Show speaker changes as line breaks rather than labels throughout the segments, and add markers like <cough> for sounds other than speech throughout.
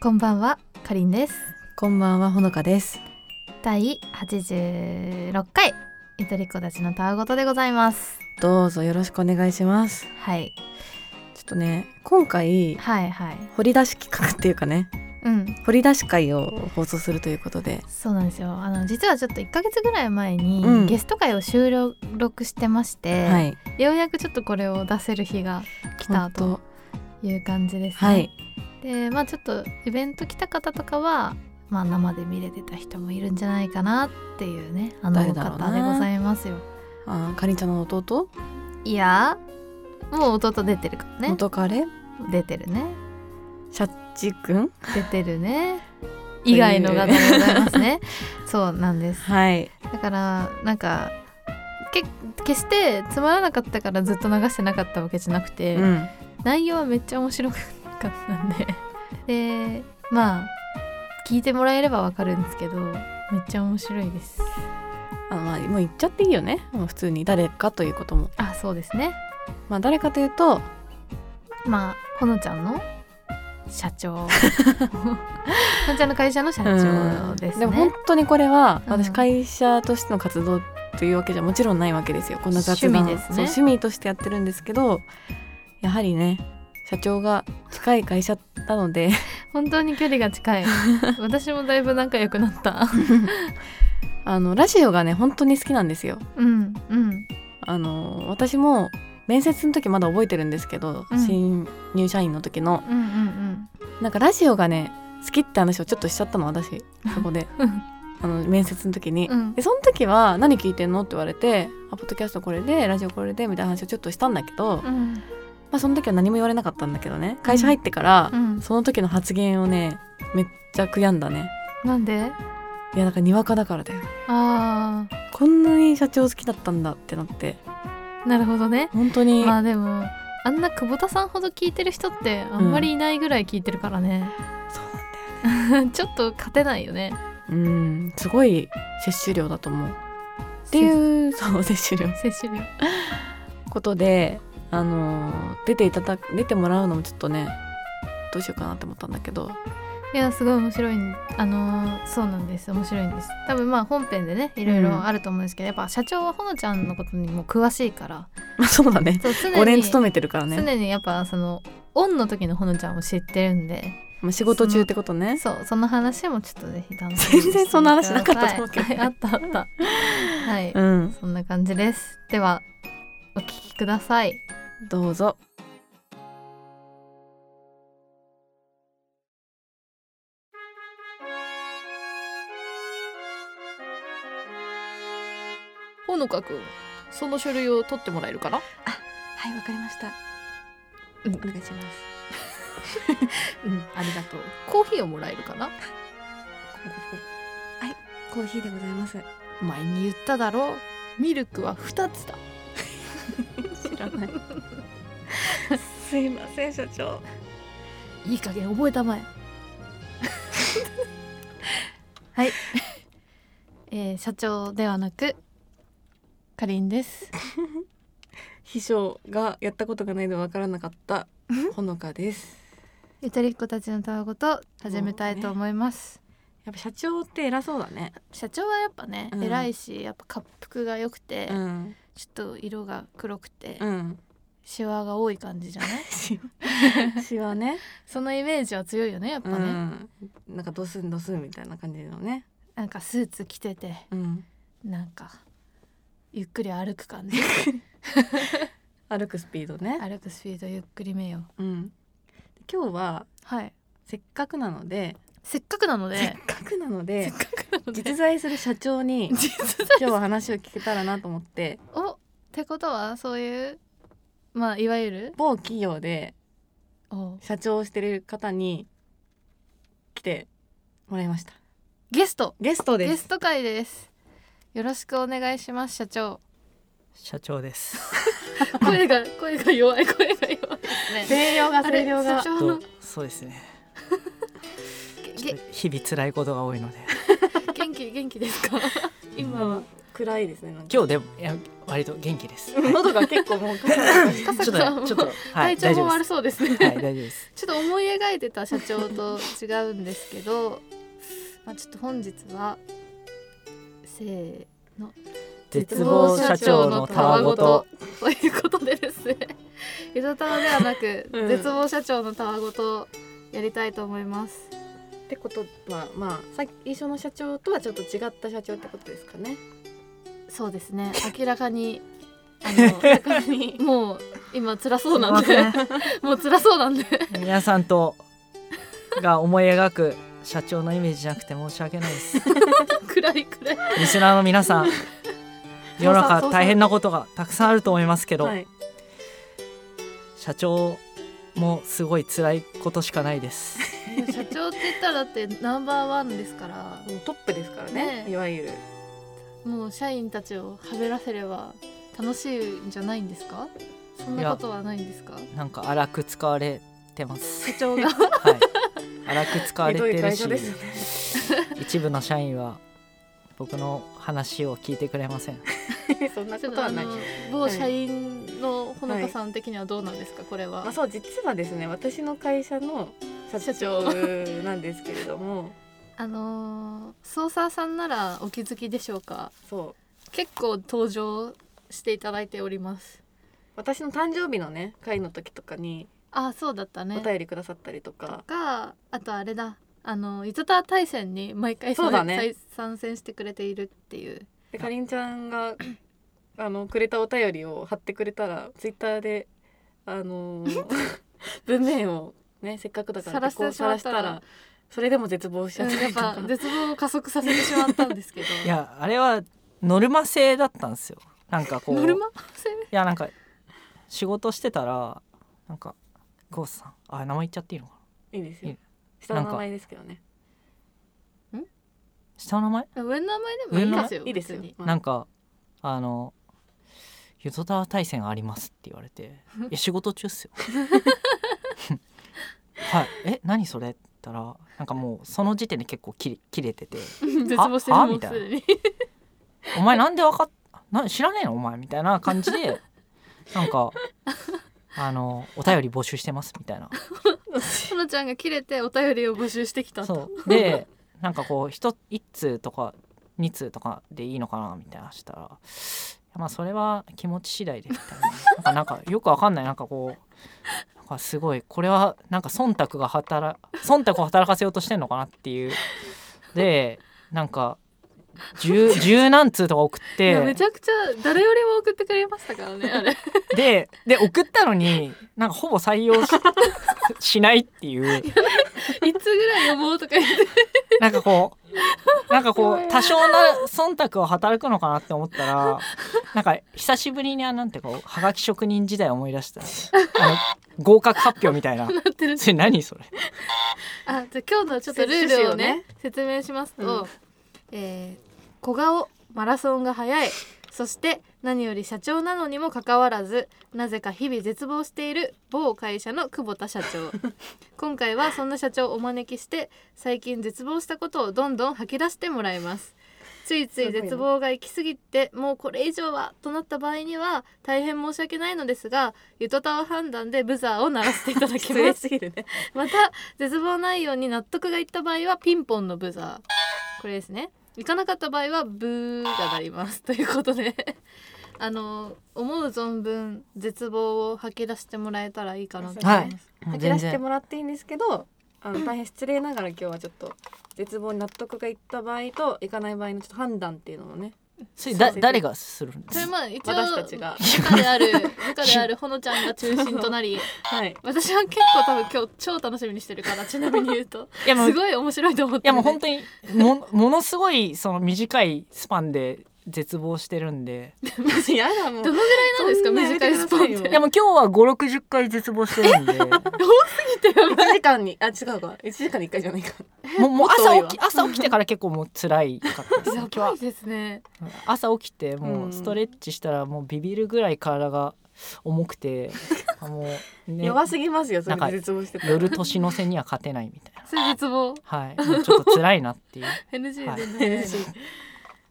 こんばんは、かりんです。
こんばんは、ほのかです。
第86回、ゆとりっ子たちのたわごとでございます。
どうぞよろしくお願いします。
はい、
ちょっとね、今回、
はい、はい。
掘り出し企画っていうかね、
うん、
掘り出し会を放送するということで。
そうなんですよ。あの、実はちょっと1ヶ月ぐらい前に、
うん
ゲスト会を収録してまして、
はい。
ようやくちょっとこれを出せる日が来た
ほん
という感じですね。
はい。
で、まあちょっとイベント来た方とかは、まあ生で見れてた人もいるんじゃないかなっていうね、あのお
誰だろうな
方でございますよ。
あー、かりんちゃんの弟、
いやもう弟出てるからね
元彼、
出て
<laughs>
るね
シャッチ君。
出てるね以外の方でございます
<laughs>
ねそうなんです
はい。
だからなんかけ決してつまらなかったからずっと流してなかったわけじゃなくて、
うん。
内容はめっちゃ面白かったん <laughs> ででまあ聞いてもらえればわかるんですけどめっちゃ面白いです
あの、まあ、もう言っちゃっていいよね。もう普通に誰かということも。
あそうですね
まあ、誰かというと、
まあほのちゃん
<laughs>
の社長 <laughs> ほのちゃんの会社の社
う
長
ん
ですね
でも本当にこれは、
うん
私会社としての活動というわけじゃもちろんないわけですよこんな雑談
趣味ですね
そう趣味としてやってるんですけどやはりね社長が近い会社なので <laughs>
本当に距離が近い私もだいぶ仲良くなった
<laughs> あのラジオがね本当に好きなんですよ
うんうん
あの私も面接の時まだ覚えてるんですけど、
うん
新入社員の時の
うんうん
なんかラジオがね好きって話をちょっとしちゃったの私
<laughs>
そこで
うん
あの面接の時に、
うん
でその時は「何聞いてんの?」って言われて「あポッドキャストこれでラジオこれで」みたいな話をちょっとしたんだけど、ま
うん
あ、その時は何も言われなかったんだけどね会社入ってから、
うん
その時の発言をねめっちゃ悔やんだね
なんで
いやなんかにわかだからだよ
あ
こんなに社長好きだったんだってなって
ーなるほどね
本当に、
まあでもあんな久保田さんほど聞いてる人ってあんまりいないぐらい聞いてるからね、 <laughs>
そうなんだよ
ちょっと勝てないよね
うんすごい摂取量だと思うって
<laughs>
いうそう摂取量
摂取量
ことであのー出ていただ出てもらうのもちょっとねどうしようかなって思ったんだけど
いやすごい面白いんあのーそうなんです面白いんです多分まあ本編でねいろいろあると思うんですけど、やっぱ社長はほのちゃんのことにも詳しいから
まあそうだね
そう常に
5年勤めてるからね
常にやっぱそのオンの時のほのちゃんを知ってるんで
まあ、仕事中ってことね。
そうその話もちょっとぜひ楽しみにして
全然そんな話なかったと思うけど
はいはいあったあった
<laughs>
はい、
うん、
そんな感じですではお聞きください
どうぞ。
ほのかくん、その書類を取ってもらえるかな
はい、わかりました。
うん
お願いします。
うん、ありがとう。コーヒーをもらえるかな
コーヒーでございます。
前に言っただろう。ミルクは2つだ。
知らない。 <laughs> すいません、社長。
いい加減覚えたま
<laughs>
え。
えー社長ではなくかりんです
秘書がやったことがないのでわからなかった。ほのかです。
ゆとりっ子たちのたわごと始めたいと思います、
やっぱ社長って偉そうだね。
社長はやっぱね、
うん
偉いしやっぱ恰幅が良くて、
ん。
ちょっと色が黒くて、
うん。
シワが多い感じじゃ <laughs> ない
しわね。
そのイメージは強いよねやっぱ
う
ね、
ん。なんかドスンドスンみたいな感じのね。
なんかスーツ着てて
うん。
なんかゆっくり歩く感 <laughs> じ
歩くスピードね。
歩くスピードゆっくりめよ
うん。今日は
はい
せっかくなので。
せっかくなので
せっかくなの
せ
で
っ。かくなの
実
で
在する社
<laughs>
長に
実
今日は話を聞けたらなと思って
おってことはそういうまあいわゆる
某企業で
お
社長をしてる方に来てもらいました
ゲスト
ゲストで
ゲ
す
スト会ですよろしくお願いします社長
社長です。
声が声が弱い声が弱いですね
声量が
あ
声
れ
量
社
が
長
と
の
そうですね。
げ
ちょっと日々辛いことが多いので、
元気元気ですか <laughs> 今は
暗いですね。
今日でもいや割と元気です。
日喉が結構もう
深
ちょ
坂
っと
さん
ね
も
ちょっとは
体
い大
調
丈
も
夫で
悪
す。
そうですね、
はい大丈夫
<laughs>
です。
ちょっと思い描いてた社長と違うんですけどまあちょっと本日はせー
絶望社長のたわごと。
ということでですねゆとたわではなく、
うん
絶望社長のたわごとをやりたいと思います
ってことはまあ最初の社長とはちょっと違った社長ってことですかね。
そうですね明らかにあ
<laughs>
のもう今辛そうなん
すい
で
ません
もう辛そうなんで <laughs>
<laughs> 皆さんとが思い描く <laughs> 社長のイメージじゃなくて申し訳な
<laughs>
いです。
暗い暗い
リスナーの皆さん、世の中大変なことがたくさんあると思いますけど、
はい。
社長もすごい辛いことしかないです。
社長って言ったらだってナンバーワンですから
もうトップですからね。
ね
いわゆる
もう社員たちをはべらせれば楽しいんじゃないんですかそんなことはないんですか
なんか荒く使われてます。
社長 <laughs> が
はい。荒く使われて
ひどい
る
会
し
社、ですよね。 <laughs>
一部の社員は僕の話を聞いてくれません。
そんな
ち
こ
ょっ
と
とあ
はな
の
い。
某社員のほのかさん的にはどうなんですかこれは、
まあそう実はですね私の会社の社長なんですけれども
あのー、操作さんならお気づきでしょうか
そう
結構登場していただいております
私の誕生日のね会の時とかに
あそうだったね
お便りくださったりと
と
か、
かあとあれだあの糸田大戦に毎回
そうだね
再参戦してくれているっていう
でかりんちゃんがあのくれたお便りを貼ってくれたらツイッターであの <laughs> ー文面をねせっかくだから
晒して
こう
しまったら
晒したらそれでも絶望しちゃっ
うん
た
や
り
っ
とか
ぱ、絶望を加速させてしまったんですけど
いやあれはノルマ制だったんですよなんかこう
ノルマ
いやなんか仕事してたらなんかゴースさんあ名前言っちゃっていいのかない
いです
い
よ
い
下の
なん
名
か
前ですけどね
下の名前
上の名前でもいいですよ
いいですよ
別に、
<laughs>
なん
か
かあの「ゆとたわ対戦あります」って言われて「いや仕事中っすよ」はい「え何それ?」って言ったらなんかもうその時点で結構切れ切れてて
<laughs> 絶望してる
あ
も
み
う
たい
す
な
でに
「お前なんでわかっな知らねえのお前」みたいな感
<laughs>
じでなんかあの「お便り募集してます」みたいな
ほのちゃんが切れてお便りを募集してきたと
そうでなんかこう一一通とか二通とかでいいのかなみたいな話したらいやまあそれは気持ち次第でみたいななんかなんかよくわかんないなんかこうなんかすごいこれはなんか忖度が働忖度を働かせようとしてんのかなっていうでなんか十十何通とか送っ
いやめ
て
ちゃくちゃ誰よりも送ってくれましたからねあれ
でで送ったのになんかほぼ採用ししないっていう
いつぐらい読もうとか言って
なんかこう、なんかこう、多少な忖度を働くのかなって思ったら、なんか久しぶりにあなんてこう、はがき職人時代を思い出した。あの合格発表みたいな。
なってる
それ何それ。
あじゃあ今日のちょっとルールをね説明しますと、
うん
えー小顔マラソンが速いそして何より社長なのにもかかわらずなぜか日々絶望している某会社の久保田社 <laughs> 長今回はそんな社長をお招きして最近絶望したことをどんどん吐き出してもらいますついつい絶望が行き過ぎてもうこれ以上はとなった場合には大変申し訳ないのですがゆとたわ判断でブザーを鳴らしていただ <laughs> き
失
ま
礼
す
すぎるね
また絶望内容に納得がいった場合はピンポンのブザーこれですねいかなかった場合はブーが鳴りますということで <laughs> あの思う存分絶望を吐き出してもらえたらいいかなと思います、
吐き出してもらっていいんですけどあの大変失礼ながら今日はちょっと絶望に納得がいった場合といかない場合のちょっと判断っていうのをね
それだ誰がするんで
それ
す
まあ一応
私たちが
部下である
<laughs>
部下であるほのちゃんが中心となり
<laughs> はい
私は結構多分今日超楽しみにしてるからちなみに言うと
<laughs> いやもう、
す
い
ごい面白いと思って
やもう本当にも、ものすごいその短いスパンで絶望してるんで。
マジやだもう
どのぐらいなんですか
そんなやめ
短
て
い
くだ
ス
さ
パン
いよ
いやもう今日は五六十回絶望してるんで。
1時間にあ違うか1時間に1回じゃないか
もうもう
もっと多い
朝
わ
起き朝起きてから結構もう辛いかったですね。今
<laughs>
日
や
は
ばいですね
朝起きても
うん
うストレッチしたらもうビビるぐらい体が重くてもう、ね、
弱すぎますよそれ
なんか
で絶望してたら
夜年の瀬には勝てないみたいな
それ絶望
はいもうちょっと辛いなっていう
NG でね、
嬉しい <laughs>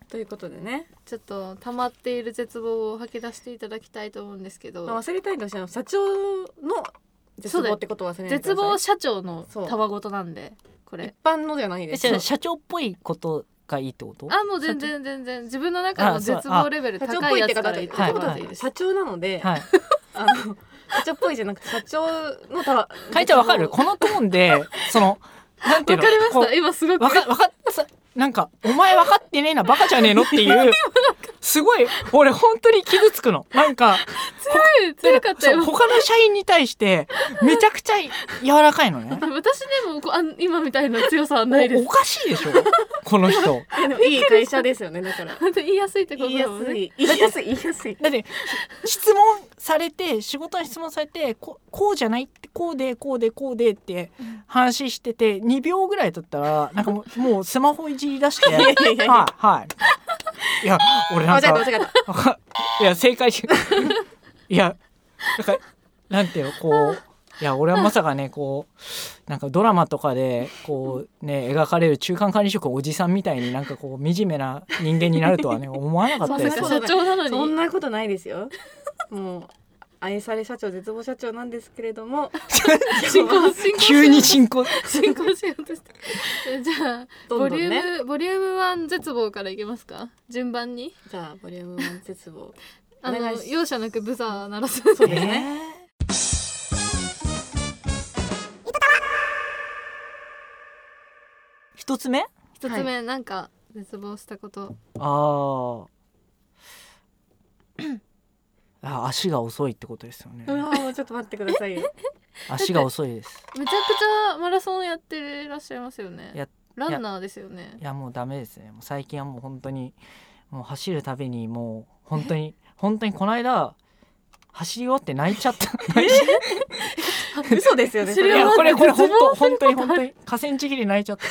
ということでね、
ちょっと溜まっている絶望を吐き出していただきたいと思うんですけど、
まあ、忘れたいとしても社長の絶望ってことは忘れないでく
絶
ださ
望
い
社長の
そう
たわごとなんでこれ
一般のじゃないで
え
す
じゃあ社長っぽいことがいいってこと
あもう全然全然自分の中の
あそう
絶望レベル
社長っ
高
ぽ
い
いっ
や
て
つ
方
か
っ
ら
て
言って
こと
こ
は
とでいいです
社長なので、
はい
あの社長っぽいじゃなくて社長のたわ
会長わかるこのトーンでそのなんてい
わ
うの
かりま
こ
し
う
た今すごく
わかわかったさなんかお前分かってねえなバカじゃねえのっていうすごい俺本当に傷つくのなんか
強い強かった
そう
よ
他の社員に対してめちゃくちゃ柔らかいのね
私でもこうあ今みたいな強さはないで
お
す
おかしいでしょこの人
でもいい会社ですよねだから
本当に言いやすいってこ
言
と
い
だ
や
もん
す
ね
い言いやすい言いやすい
だって質問されて仕事の質問されてここうじゃないってこうでこうでこうでって話してて2秒ぐらい経ったらなんかもうもうスマホいじり出して「はいはい」いや俺
間
な
違
ん
えた間
か
違えた
わか <laughs> いや正解しいやなんかなんていうのこういや俺はまさかねこうなんかドラマとかでこうね描かれる中間管理職おじさんみたいになんかこう惨めな人間になるとはね思わなかったで
ま
す
さ
よ
か社長な
そ
の
ん
に
なことないですよもう愛され社長絶望社長なんですけれど <laughs> も
進行進行
<laughs> 急に進行
進行しようとしてえじゃあ
どんどん
ボリュ
ね
ームボリューム1絶望からいきますか順番に
じゃあボリューム1絶望
あ
お
の
願いし
容赦なくブザー鳴らす
そうですね、
一つ目
一つ目なんか絶望したこと
あーあ足が遅いってことですよね
うわーもうちょっと待ってくださいよ
足が遅いです
めちゃくちゃマラソンやってらっしゃいますよね
やっ
ランナーですよね
いやもうダメですねもう最近はもう本当にもう走るたびにもう本当に <laughs> 本当にこの間走り終わって泣いちゃった
<laughs> 嘘ですよねそ
い
れ
や
は
これこれ本当本当に本当に河川敷で泣いちゃって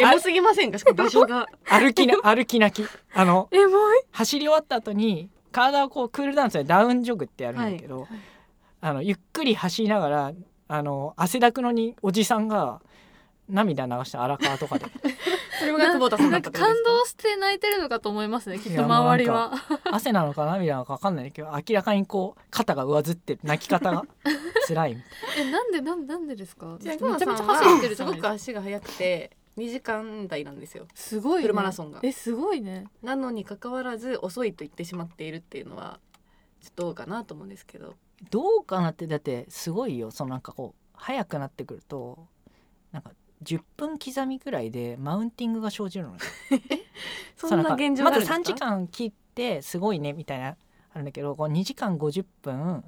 エモすぎませんかしかも場所が
歩きな歩き泣きあの
えもう
走り終わった後に体をこうクールダウンするダウンジョグってやるんだけど、あのゆっくり走りながらあの汗だくのにおじさんが涙流した荒川とかで
それが久保田さんだ
な
っ
ん
た
か
っ
感
てことですか
動して泣いてるのかと思いますねきっ
い
と
やもうなんか
周りは
汗なのか涙なのか分かんないけど明らかにこう肩が上ずって泣
<laughs>
き方が辛いみた
<laughs>
い
えなんでなんなんでですかめ
じゃ
ちゃ
あ久保
め
田
ちゃ
さん
走って
は
るじ
す
ゃな
ご
いです
く
か
足が速くて2時間台なんですよ
すごいね
フルマラソンが
えすごいね
なのにかかわらず遅いと言ってしまっているっていうのはちょっとどうかなと思うんですけど
などうかなってだってすごいよそのなんかこう速くなってくるとなんか10分刻みくらいでマウンティングが生じるのね
<laughs> そんな
う
現状
ま
がある
だ
んですか
3時間切ってすごいねみたいなあるんだけどこう2時間50分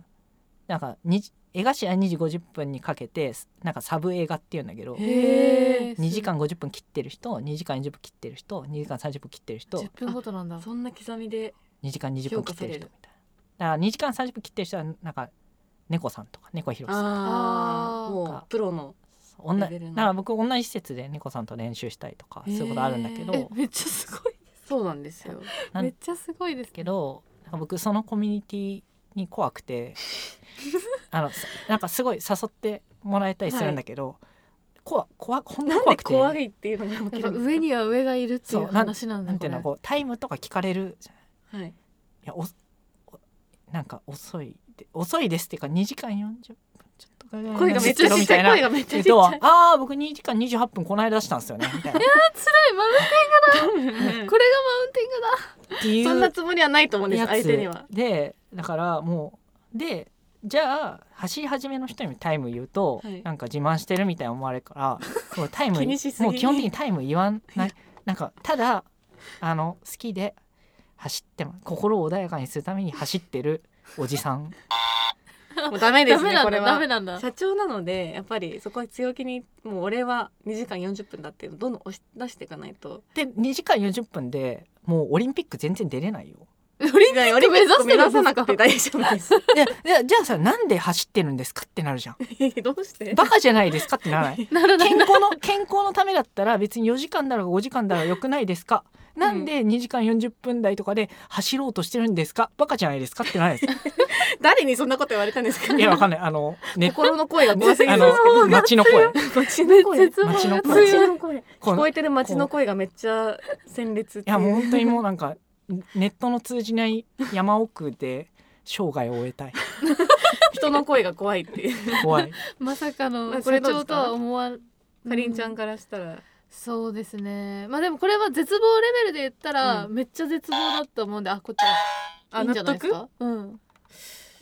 なんかに江頭2時50分にかけてなんかサブ映画っていうんだけど
へ
へえ
2時間50分切ってる人2時間40分切ってる人2時間30分切ってる人
10分ごとなんだ
そんな刻みで
2時間20分切
評価
ってる人
される
みたいなだから2時間30分切ってる人はなんか猫さんとか猫ひろしさん
あ
あ
あ
ー
もうプロの
同じだ
レベルの
から僕同じ施設で猫さんと練習したりとかそういうことあるんだけど、
へ
えめっちゃすごい
そうなんですよ
なん
めっちゃすごいです
けどなんか僕そのコミュニティに怖く
<laughs>
てあのさなんかすごい誘ってもらえたりするんだけど、怖怖本当
な
に
んで
怖くて
怖いっていうのが
や
起
っ
き
ぱ
るんですか
上には上がいるっていう
そうなん
話なんだ
なんていうの
こ
こうタイムとか聞かれるじゃんい
はい
やおおなんか遅いで遅いですっていうか2時間40分ちょっとかかります
声がめっちゃち
み
っち
たい
ゃい
な
声がめっち
言
ゃち
う
っち
と
ゃい
ああー僕2時間28分この間出したんですよね
<laughs>
みたいな
れマウン
うん
これがマウンティングだ
っていう
そんなつもりはないと思うんです
やつ
相手には
でだからもうでじゃあ走り始めの人にタイム言うと、
はい
なんか自慢してるみたいに思われ
<laughs>
るからもうタイム
気にしすぎ
もう基本的にタイム言わないなんかただあの好きで走ってま心を穏やかにするために走ってるおじさん
もうダメで
ダ
す
メ
ね
な
こ
ん
れ
だダメ
は
なんだ
社長なのでやっぱりそこは強気にもう俺は2時間40分だっていうのをどんどん押し出していかないと
で2時間40分でもうオリンピック全然出れないよ。
オリンピ
オ
ッ
リ
ク
ンピ
目指
ック
して
目
るん
指
で
さ
す
な
か
くて大丈夫です <laughs>
ででじゃあさなんで走ってるんですかってなるじゃん。
どうして
バカじゃないですかってならない
なるな
健
る
康の健康のためだったら別に4時間だろうが5時間だろうが良くないですかなんで2時間40分台とかで走ろうとしてるんですかバカじゃないですかってないです
誰にそんなこと言われたんですか
<laughs> いやわかんないあのね
心の声が怖すぎ
あ
る <laughs>
の街の声
街の声
絶望
街の
が
声
強い
の声
こ
聞
の
こ
い
えてる街の声がめっちゃ鮮烈ってい
やもう
う
本当にもうなんかネットの通じない山奥で生涯を終えたい
人の声が怖いっていう
怖い
まさかの
まあこ
社
れどうで
長
す
と
か
は思わん
かりんちゃんからしたら
そうですねまあでもこれは絶望レベルで言ったら、
う
めっちゃ絶望だったもんであこっちはい
あ
いんじ
納
ゃないです
得
かうん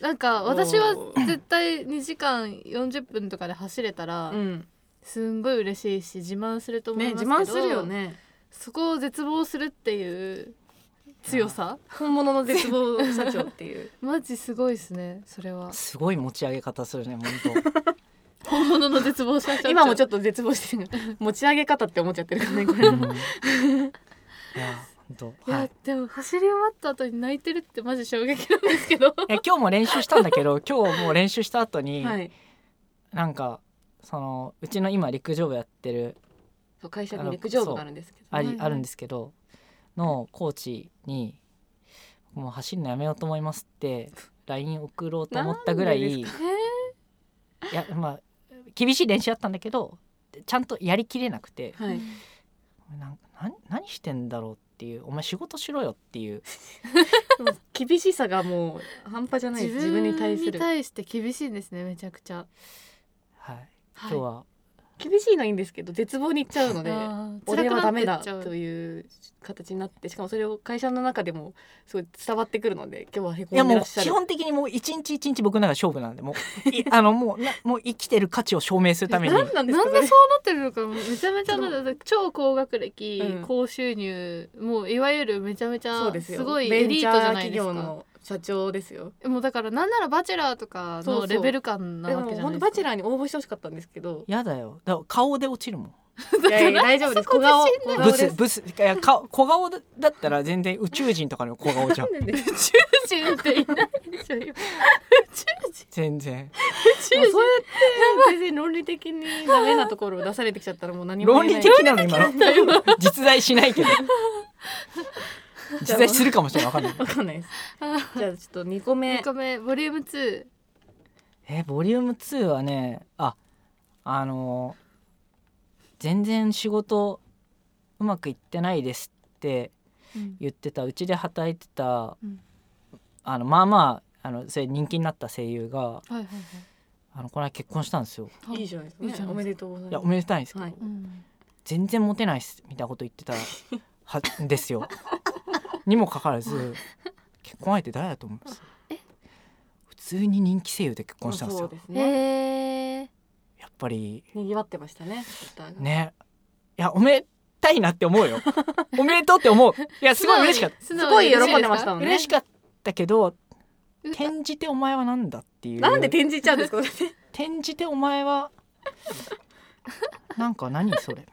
なんか
おー
私は絶対2時間40分とかで走れたら、
うん
すんごい嬉しいし自慢すると思い
ね
ます
自
けど、
慢するよね
そこを絶望するっていう強さ
本物の絶望社長って <laughs> いう
マジすごいですねそれ
<laughs>
は
すごい持ち上げ方するね本当
本物の絶望者
今もち
ょっ
ょっと絶望してる持ち上げ方って思っちゃってるからねこれ
うんいや本
い
当
や、
はい
でも走り終わった後に泣いてるってマジ衝撃なんですけど
いや今日も練習したんだけど今日もう練習した後に、
はい
なんかそのうちの今陸上部やってる
そう会社に陸上部があるんですけど
あり、
はいはい
あるんですけどのコーチに「もう走るのやめようと思います」って LINE 送ろうと思ったぐらい
なんで
い
です
えー
やまあ厳しい練習だったんだけどちゃんとやりきれなくて
はい
なんなん何してんだろうっていうお前仕事しろよっていう
でも厳しさがもう半端じゃないです
自
自分
分
に
に
対
対
する
して厳しいんですねめちゃくちゃ、
はい、
はい、
今日は
厳しいのはいいんですけど絶望に行っちゃうので
あー
俺はダメだ
辛くなってっちゃ
と
う
いう形になってしかもそれを会社の中でもすごい伝わってくるので今日はへこ
いや
んでら
もう
っしゃ
基
る
本的にもう一日一日僕なんか勝負なんでもういあのもうなもう生きてる価値を証明する
<laughs>
ために
何なんです
な
か
ん
そ
で
れ
そうなってるのかめちゃめちゃな超高学歴、
うん
高収入もういわゆるめちゃめち
そう
ゃ
ですよ
すごい
ベ
エ
ン
リー
チャ
ト
ー
じゃない
企
です
業
か
の社長ですよ
もうだからなんならバチェラーとか
そうそ
の
う
レベル感な
で
わけ
も
じゃない
本
です
当
か
バチ
<laughs>
ェラーに応募してほしかったんですけど
やだよだから顔で落ちるもん
いやいや大丈夫です小顔小顔
ブ
で
ス
す
ブスいやか小顔だったら全然宇宙人とかの小顔 <laughs> じゃん
なんでですか
宇宙人っていないでしょ今
全然
もうそうやって全然論理的にダメなところを出されてきちゃったらもう何も
論
言えな
理
い
的なの今の実在しないけ <laughs> ど実在するかもしれないわかんない
わかんないですじゃあちょっと二個目
2個目ボリューム2
えボリューム2はねああの全然仕事うまくいってないですって言ってたうちで働いてた、
うん
あのまあまああのそれ人気になった声優が
はいはいはい
あのこの間結婚したんですよ。
はい
いいじゃないですか、
いいじゃ
ね、
ないですか
おめでとうござい
いや
ま
おめでたいんです
す
けど、
はい
うん
全然モテないっすみたいなこと言ってたはで
<laughs>
すよ。にもかかわらず結婚相手誰だと思います普通に人気声優で結婚したんです
そう
よ。
ですね
へえ
やっぱり
賑わってましたね歌が
ねいやおめでたいなって思
<laughs>
うよおめでとうって思ういやすごい嬉しかった
す
すごい喜んでましたもんね
嬉しかったけど
うわ
転じてお前はなんだっていう
なんで転じちゃうんですか
転じてお前はなんか何それ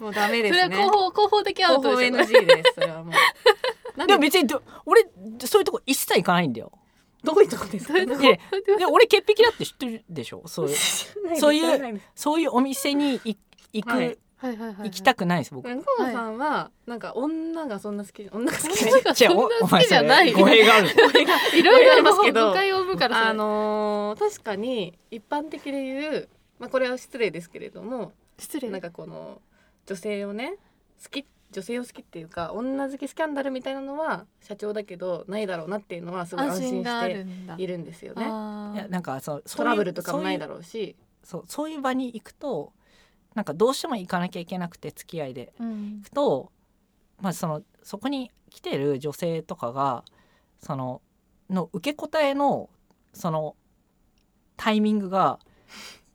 もうダメ
そ
です
れは
ね
広報広報的アウト
後
でしょ
NG ですそれはもう <laughs> なん
で
で
も別にど俺そういうとこ一切行かないんだよ
どういうとこですか
どういうと <laughs> こ
いやで俺潔癖だって知ってるでしょそういうそういう
う
そういうお店にい行く、
は
は
い
いはいはいはい
行きたくないです僕
向野さんはなんか女がそんな好き女が好き
女が
違うお
そんな
お
好
前
きじゃない
それ語弊があるぞ
<laughs> いろいろありますけ
いろいろありますけど
ど誤解を生むからそれ
あのー確かに一般的で言うまあこれは失礼ですけれども
失礼
なんかこの女性をね好き女性を好きっていうか女好きスキャンダルみたいなのは社長だけどないだろうなっていうのはすごい安
安心
心
があ
して
るんだ
いるんですよね。
あ
いや
ー
なんかそう
トラブルとかもないだ
ろ
ろうし
そうそういう場に行くとなんかどうしても行かなきゃいけなくて付き合いで
うん
行くと、まあ、そのそこに来てる女性とかがそのの受け答えのそのタイミングが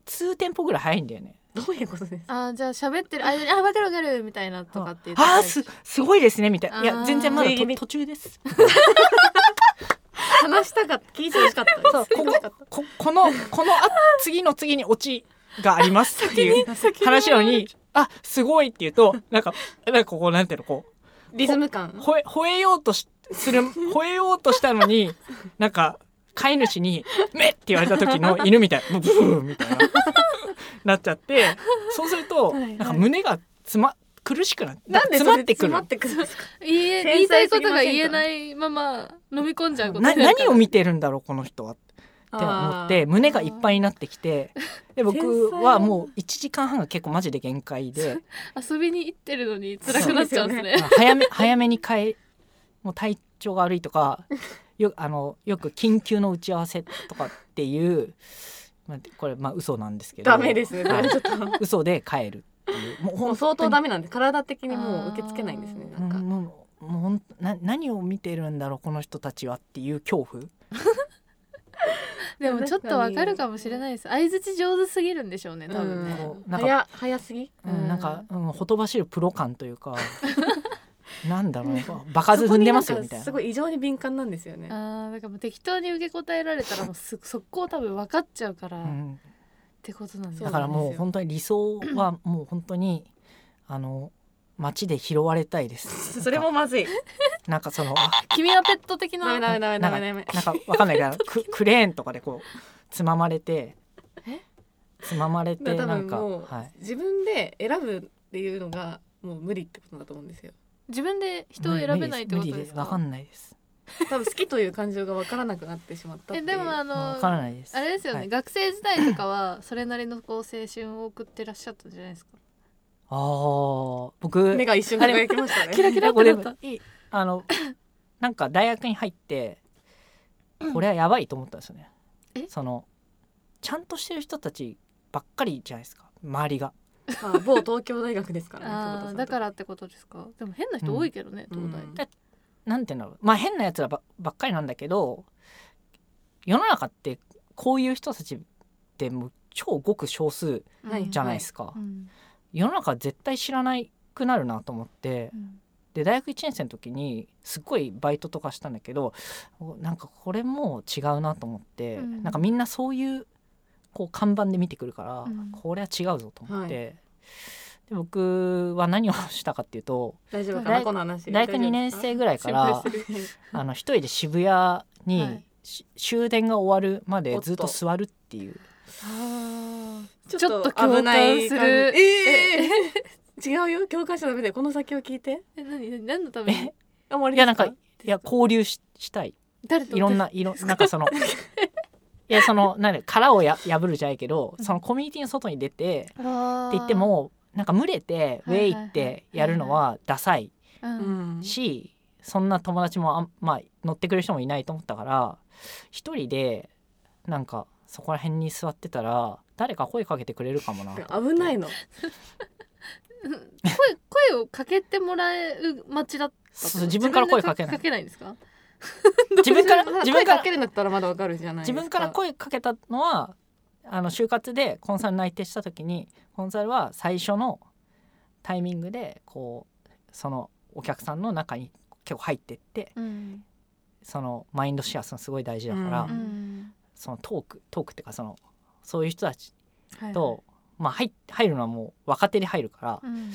2テンポぐらい早いんだよね。
どういうことですか
あーじゃあ喋ってる間に「あ分かる分かる」みたいなとかって言って
ああすすごいですねみたいな「い
あ
や
ー
全然まだ
食い気
と
味
途中です」
話したかった聞いてほしかった
そう
聞いてほしかった
ここのこのあ次の次にオチがありますっていう話なのに「あすごい」って言うとなんかなんかこうなんていうのこう
リズム感
吠え吠えようとしする吠えようとしたのになんか飼い主に「め!」って言われた
<laughs>
時の犬みたいな「ブー」みたいななっちゃってそうすると
はいはい
なんか胸がつま苦しくなって
なんでそ
詰ま
れ
ってくる
詰まってくるんですか
言え
繊細
言いたいことが
すぎませんか
言えないまま飲み込んじゃうこと
な
になる
何を見てるんだろうこの人はって思って胸がいっぱいになってきてで僕はもう1時間半が結構マジで限界で
遊びに行ってるのに辛くなっちゃうんですね
まあ早め早めに帰もう体調が悪いとかよあのよく緊急の打ち合わせとかっていう、まあ、これまあ嘘なんですけど
ダメですねそ
は
れ
い
ちょっと
嘘で帰るっていうもう
もう
本
相
当
当
に
ダメなんで体的にもう受け付けないんですね
あ
なんか
うんもうもうほんとな何を見てるんだろうこの人たちはっていう恐怖
でもちょっとわかるかもしれないです相槌上手すぎるんでしょうね多分ね
こうなんか
早早すぎ
うん、なんか、うん、ほとばしるプロ感とい
<laughs>
うかなんだろうねバカず踏んでますよみたい
そこにんかす
な
ごい異常に敏感なんですよね
あーだからもう適当に受け答えられたらもう
<laughs>
す速攻多分分かっちゃうから、っ
うん、
てことなん
そ
だ
だからもう本当に理想はもう本当にあの街で拾われた
<laughs>
いで
<laughs>
す
それもまずい
なんかその
君はペット的
ダメ
な
ダメダメダメダメ
なんかわかんないけ
<laughs>
どククレーンとかでこうつままれてつままれて
だから
な
多
ん
分
か
もう、
はい
自分で選ぶっていうのがもう無理ってことだと思うんですよ
自分で人を選べないってことです
わか
か
んないです
多分好きという感情が分からなくなってしまったってい
え
う
でもあ
わ
の
からないです
あれですよね、
はい
学生時代とかは <laughs> それなりのこう青春を送ってらっしゃったんじゃないですか
あー僕
目が一瞬輝きましたね
キラキラって
俺
なった
いあの
<coughs>
なんか大学に入ってこれはやばいと思ったんですよね
え。
そのちゃんとしてる人たちばっかりじゃないですか周りが。
まあ某東京大学ですからね久保田
あ
さ
あ
ん
だかららってことですかでも変な人多いけどね、
うん
東大、
うん
なんていうんだろうまあ変なやつらばばっかりなんだけど世の中ってこういう人たちってもう超ごく少数
はい
じゃないですか。
うん
世の中絶対知らないくなるなと思って
う。ん
で大学1年生の時にすっごいバイトとかしたんだけどなんかこれもう違うなと思って、
うん
なんかみんなそういうこう看板で見てくるから、
うん
これは違うぞと思って、
は
で僕は何をしたかっていうと
大丈夫か
大
なこの話
大学2年生ぐらいか
心
ら
配する
<laughs> あの一人で渋谷に、
はい
し終電が終わるまでずっ
お
と
っと
座るっていう
ちょっと
危
共
な
感
い
す
感
る
じえー、違うよ共感しちゃダメだよこの先を聞いて
え何何何のために
え
あ終わり
<laughs> い
で
や
す
なんかいや交流ししたい
誰と
いろんないろなんか
<laughs>
そのいやそのなんで殻をや破るじゃないけどそのコミュニティの外に出て
あー
って言って、もなんか群れてウ
はいは
ェ
い
イってやるのはダサい
うん
うん
しそんな友達もあんまあ乗ってくれる人もいないと思ったから一人でなんかそこら辺に座ってたら誰か声かけてくれるかもなと思って
危ないの
声声をかけてもらう街だったってこと
そう自分から声かけ
自分
ない
でかけないんですか
自分から自
自
分
分
か
かららけるんだったらまだわかるじゃないです
自
か
分から声かけたのはあの就活でコンサル内定した時にコンサルは最初のタイミングでこうそのお客さんの中に結構入ってって
うん
そのマインドシェアするのすごい大事だから、
う
うん
そのトークトークっていうかそのそういう人たち
はい
と、まあ、入入るのはもう若手で入るから、
うん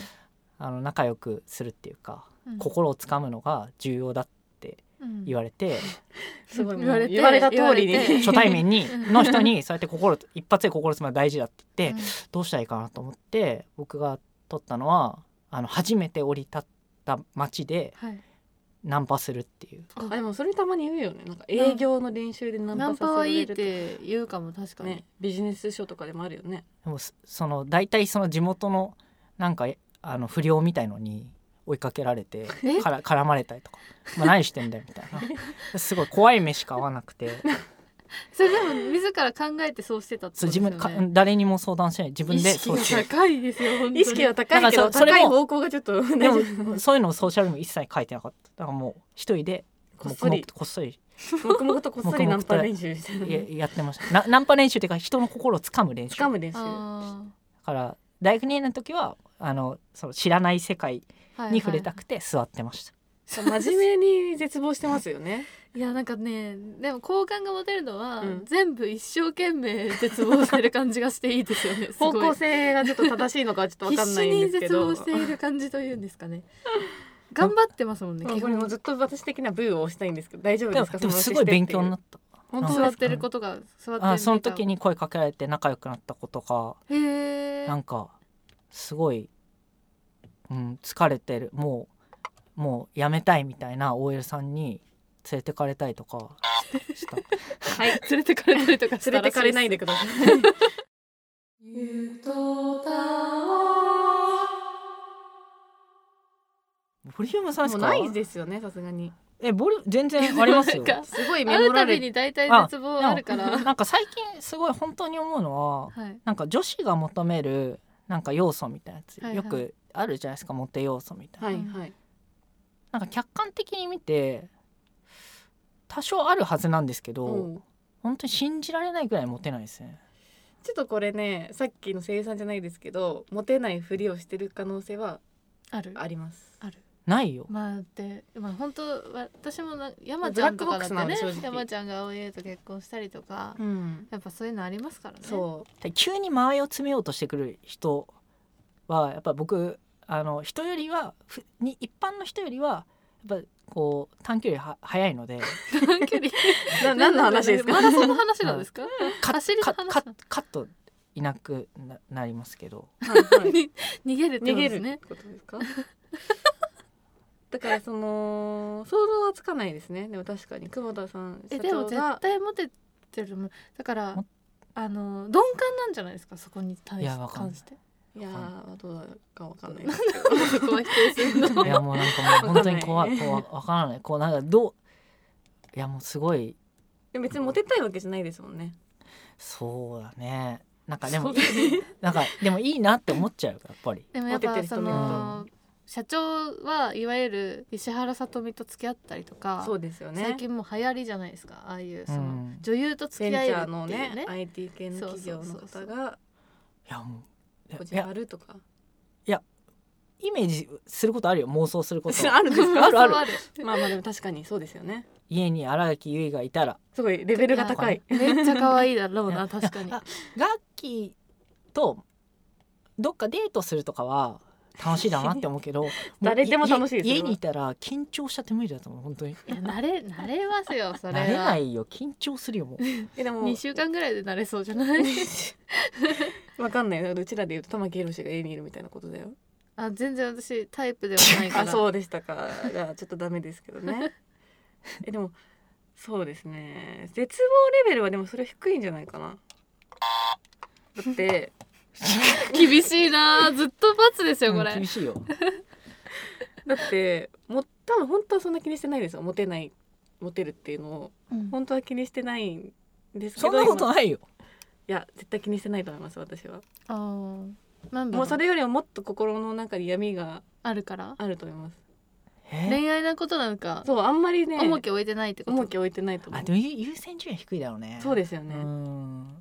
あの仲良くするっていうか、
うん
心をつかむのが重要だって
うん
言われて、
すごいもう
言われて
言われた通りに
言われて
初対面に
うん
の人にそうやって心一発で心をつまむのは大事だって言って、
うん
どうしたらいいかなと思って僕が取ったのはあの初めて降り立った街で
はい
ナンパするっていう
<laughs> あでもそれたまに言うよねなんか営業の練習でナン
ナンパ
パさ
は
せ
いい
られ
っ
るとか
て言うかも確かに、
ねビジネス書とかでもあるよね
でもそその大体その地元のなんかえあの不良みたいのに追いかけられて
え
から絡まれたりとか「まあ、何してんだよ」みたい
<laughs>
なすごい怖い目しか合わなくて
それでも自ら考えてそうしてたってこ
そう
とです
自
よね
分か誰にも相談しない自分でそうし
意識が高いですよ本当に
意識は高いけ
なん
ど
かそそれも
高い方向がちょっと大
で
丈夫
もそういうのをソーシャルにも一切書いてなかっただからもう一人で
こっそり
こっそり
黙々とこっそりナンパ練習して
や
る
やってましたなナンパ練習っていうか人の心をつかむ練習
掴む練習
あ
だから大学2年の時はあのその知らない世界
ーはい
に触れた
は
くて座ってました、
真面目に絶望してますよね
い、いやなんかねでも好感が持てるのは、
うん
全部一生懸命絶望してる感じがしていいですよね <laughs> す
方
ごい
向性がちょっと正しいのかはちょっとわか
必
んな
死
いんで
に
すけ
絶
ど
望している感じというんですかね頑張ってますもんね
まあ
基
これも
本
ずっと私的なブーを押したいんですけど大丈夫
で
で
も
すか
でも
その
すごい勉強にな
っ
った
本
当
当
座
だ
ってることが座ってる
あその時
に
に声かけられて仲良くなった子とか
へえ
なんかすごいうん、疲れてるもうもうやめたいみたいな OL さんに連れてかれたりとかした。
はい連れてかれたりとかしたら
連れてかれないでください。
ボリュームさんし
も
か
うないですよね、さすがに。
えボリュ全然ありますよ。
なんか
すごいメ
会う
モ
た
られ
び
て
に大体
あ
絶望あるから
なんか最近すごい本当に思うのは
はい
なんか女子が求めるなんか要素みたいなやつ、
はいはい
よくあるじゃないですかモテ要素みたいな、
はいはい。
なんか客観的に見て多少あるはずなんですけど、
うん
本当に信じられないぐらいモテないですね
ちょっとこれね、さっきの声優さんじゃないですけど、モテないふりをしてる可能性は
ある
あります。
ないよ
まあでまあ本当私もな山ちゃんとかだって
ブラッ
ね
クボックスなの正直
山ちゃんが青江と結婚したりとか、
うん。
やっぱそういうのありますからね
<laughs> そ
で急に間合いを詰めようとしてくる人はやっぱ僕あの人よりはふに一般の人よりはやっぱこう短距離は速い
<laughs>
ので
短距離
う。な何の話ですか
マ。ラソンの話 <laughs> なんですか
カ
走り
ッ
の
カ
話
ッカッカッといなくななりますけど
に <laughs> 逃げるってこ
逃
とで
げる
す
って
ね
ことですか。だからその想像はつかないですね。でも確かに久保田さん
え
社
でも
長が
絶対モテてると思うだから
も
あの鈍感なんじゃないですかそこに対
い
し
やわかんな
関
い
して <laughs>
いやーどうだかわかんない。
そこは否定するの
いやもうなんかもう本当に怖
わかんない
い怖いわからないこうなんかどういやもうすごい
で <laughs> も別にモテたいわけじゃないですもんね。
そうだねなんかで
そ
も
うですね
<laughs> なんかでもいいなって思っちゃうよやっぱり
でもやっ
モテて
ぱ
る人
そ
見ると
の社長はいわゆる石原さとみと付き合ったりとか
そうですよね。
最近もう流行りじゃないですかああいうそ
うん
の女優と付
ベン
き
チ
合えるっ
ャー
て
の
いう
ね
ね
IT 系の企業の
そうそう
方
そう
が
いやもうい
こじ
や
あるとか
イメージすることあるよ妄想すること
<laughs> あるんですか
あるある
<laughs> そうある
まあまあでも確かにそうですよね
家に荒垣結衣がいたら
すごいレベルが高い
めっちゃ可愛いだろうな確かに
あガッキーとどっかデートするとかは楽しいだなって思うけどう
誰でも楽しいです
家
それは
家にいたら緊張しちゃって無理だと思う本当に
いや慣れ慣れますよそれは
慣れないよ緊張するよもう
えでも
2週間ぐらいで慣れそうじゃ
<laughs>
ない
わかんないだからうちらで言うと玉木宏が家にいるみたいなことだよ
あ全然私タイプではないか
あ
ら
そうでしたかじゃあちょっとダメですけどねえでもそうですね絶望レベルはでもそれ低いんじゃないかなだって
厳しいなずっと罰ですよこ
う
れ、
ん厳しいよ
だっても多分本当はそんな気にしてないですよモテないモテるっていうのを本当は気にしてないんですけ
そ
ど
んなこと
今
ないよ
いや絶対気にしてないと思います私は
あーなんだろ
もう
う
それよりももっと心の中に闇が
あるから
あると思います
え
恋愛なことなんか
そうあんまりね
重き置いてないってこと
重き置いてないと思
あ
う
でも優優先順位は低いだろうね
そうですよ
う
ね、
ん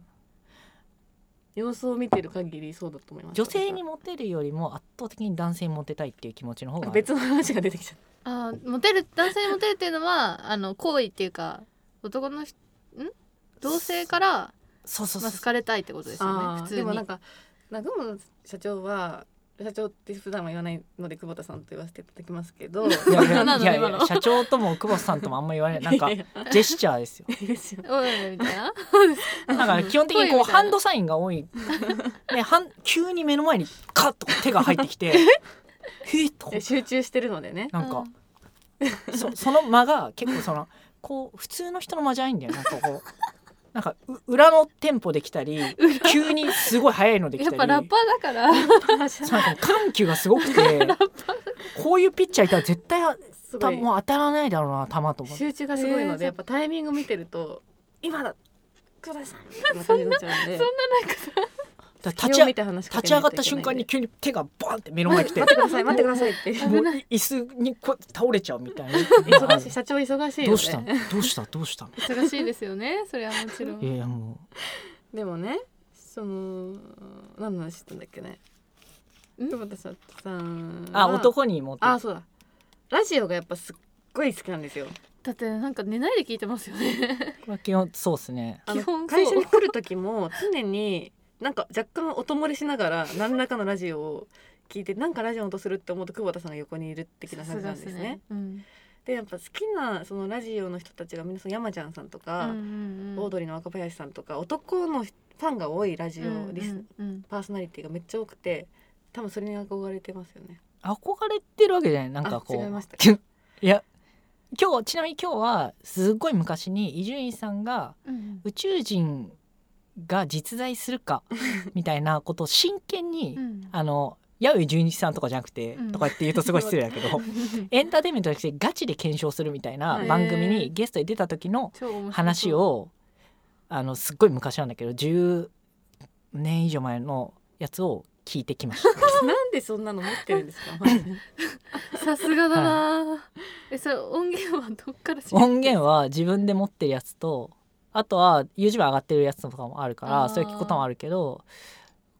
様子を見てる限りそうだと思います
女性にモテるよりも圧倒的に男性にモテたいっていう気持ちの方
あ
が
別の話が出てきちゃっ
あーモテる男性にモテるっていうのは <laughs> あの行為っていうか男の人ん同性から、
そうそう
まあ、
そう
好かれたいってことです
た
よね
あ
普
ー
通に
でもなんか中村社長は社長って普段は言わないので久保田さんと言わせていただきますけど
いやい
な
や
の
いやい
今
や
の
社長とも久保田さんともあんま言われないなんか <laughs>
いやい
ジェスチャーですよ
やいいですよ
おいみたい
<laughs>
な
だから基本的に
うん
こう
みたいな
ハンドサインが多い、ね、はん急に目の前にカッと手が入ってき <laughs> てえっと
いや集中してるので
<laughs>
ね
なんか
うん、
そその間が結構そのこう普通の人の間じゃないんだよなんかこうなんかう裏のテンポできたり急にすごい速いのでき
や
た
っ
り
ぱラッパーだから <laughs>
そうなんか緩急がすごくてこういうピッチャーいたら絶対
す
た
ごい
もう当たらないだろうな球と思って
集中がすごいのでやっぱタイミング見てると今だ久保田さんみたいな感じになっちゃうんで
だ
立
から立ち
ち
あ
見て話しか
立
け
ち上
ない
が
といけな
った
い
瞬間に
んで
急に手がバーンって目の前に来 <laughs> て
<laughs> 待ってください待ってくださいって
危ない
椅子にこう倒れちゃうみたいな
忙しい社長忙しいよね
どうしたのどうしたどうしたの
忙しいですよねそれはもちろん
いやいやも
でもねその何の話してたんだっけね
ん
久保田さん
う
は
あ男に持って
あそうだラジオがやっぱすっごい好きなんですよ
だってなんか寝ないで聞いてますよ
<laughs>
ね
これ基本そうですね
あの
基本そう
会社に来る時も常になんか若干音漏れしながら何らかのラジオを聞いてなんかラジオの音するって思うと久保田さんが横にいる的な感じなんですね
さがっうん
でやっぱ好きなそのラジオの人たちがみんなその山ちゃんさんと
う
か、
んうんうん
オードリーの若林さんとか男のファンが多いラジオ、
うんうん
リス
うん
パーソナリティがめっちゃ多くて多分それに憧れてますよね
憧れてるわけじゃないなんかこ
あ違いま
う
した
きゅいや今日ちなみに今日はすっごい昔に伊集院さんが
うん
宇宙人が実在する <laughs> かみたいなことを真剣に、
うん
あの八百純一さんとかじゃなくて、
うん
とかって言うとすごい失礼だけ
<laughs>
どエンターテインメントとしてガチで検証するみたいな
はい
番組
へー
にゲストで出た時の
超面白そう
話をあのすっごい昔なんだけど10年以上前のやつを聞いてきま
<laughs>
した。
<laughs> なんでそんなの持ってるんですか。マジで
さすがだなえそれ音源はどっから知る
音源は自分で持ってるやつとあとは YouTube 上がってるやつとかもあるか
あー
らそういうこともあるけど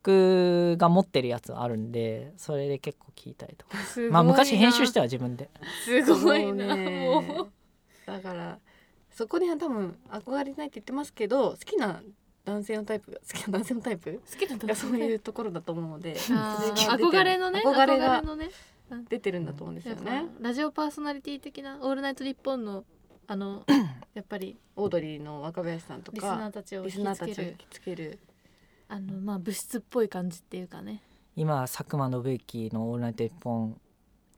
僕が持ってるやつあるんでそれで結構聞いたりとか
すごいな
まあ昔編集しては自分です
ごいな
そうね
もう
だからそこには多分憧れてないって言ってますけど好きな男性のタイプが好きな男性のタイプ
好きなと
がそういうところだと思うので
あー
それが出
憧
てる
れのね
憧れが
のね
出てるんだと思うんですよ
やっ
ね
ぱラジオパーソナリティ的な「オールナイト日本のあ
<clears throat>
のやっぱり
オードリーの若林さんと
リスナー
か
たちを
リ
引
ス
き
ナー
つ
た
け
ちを引
る
きつける
あのまあ物質っぽい感じっていうかね
今佐久間信之の「オールナイト一本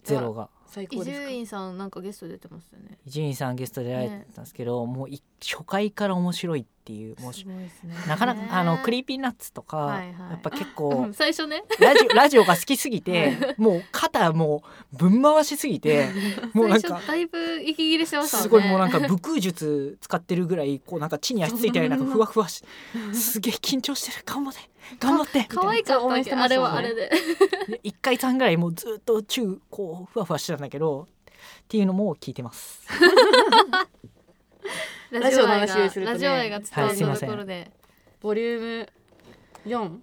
ゼロが
最
伊
高です
集
か
院さんなんかゲスト出てましたよね
伊集院さんゲストで出られてたんですけど、もうい初回から面白いっていうもう
すごいですね
なかな
ね
かあのクリーピーナッツとか、
はいはい
やっぱ結
う <laughs>
構
ん最初ね
ラジオラジオが好きすぎてもう肩もうぶん回しすぎ
<laughs>
てもうなん
最
か
初だいぶ息切れしてましたもんね
すごいもうなんか武空術使ってるぐらいこうなんか地に足ついたりなんかふわふわ
<laughs>
しすげえ緊張してる頑張って頑張って
可愛かったわけあれはあれで
で一回さんぐらいもうずっと宙こうふわふわしてたんだけどっていうのも聞いてます
ラジオ愛
<laughs> ラジオの話をす
が
るとね
ラジオ愛が伝わったところで
ボリューム4
ボ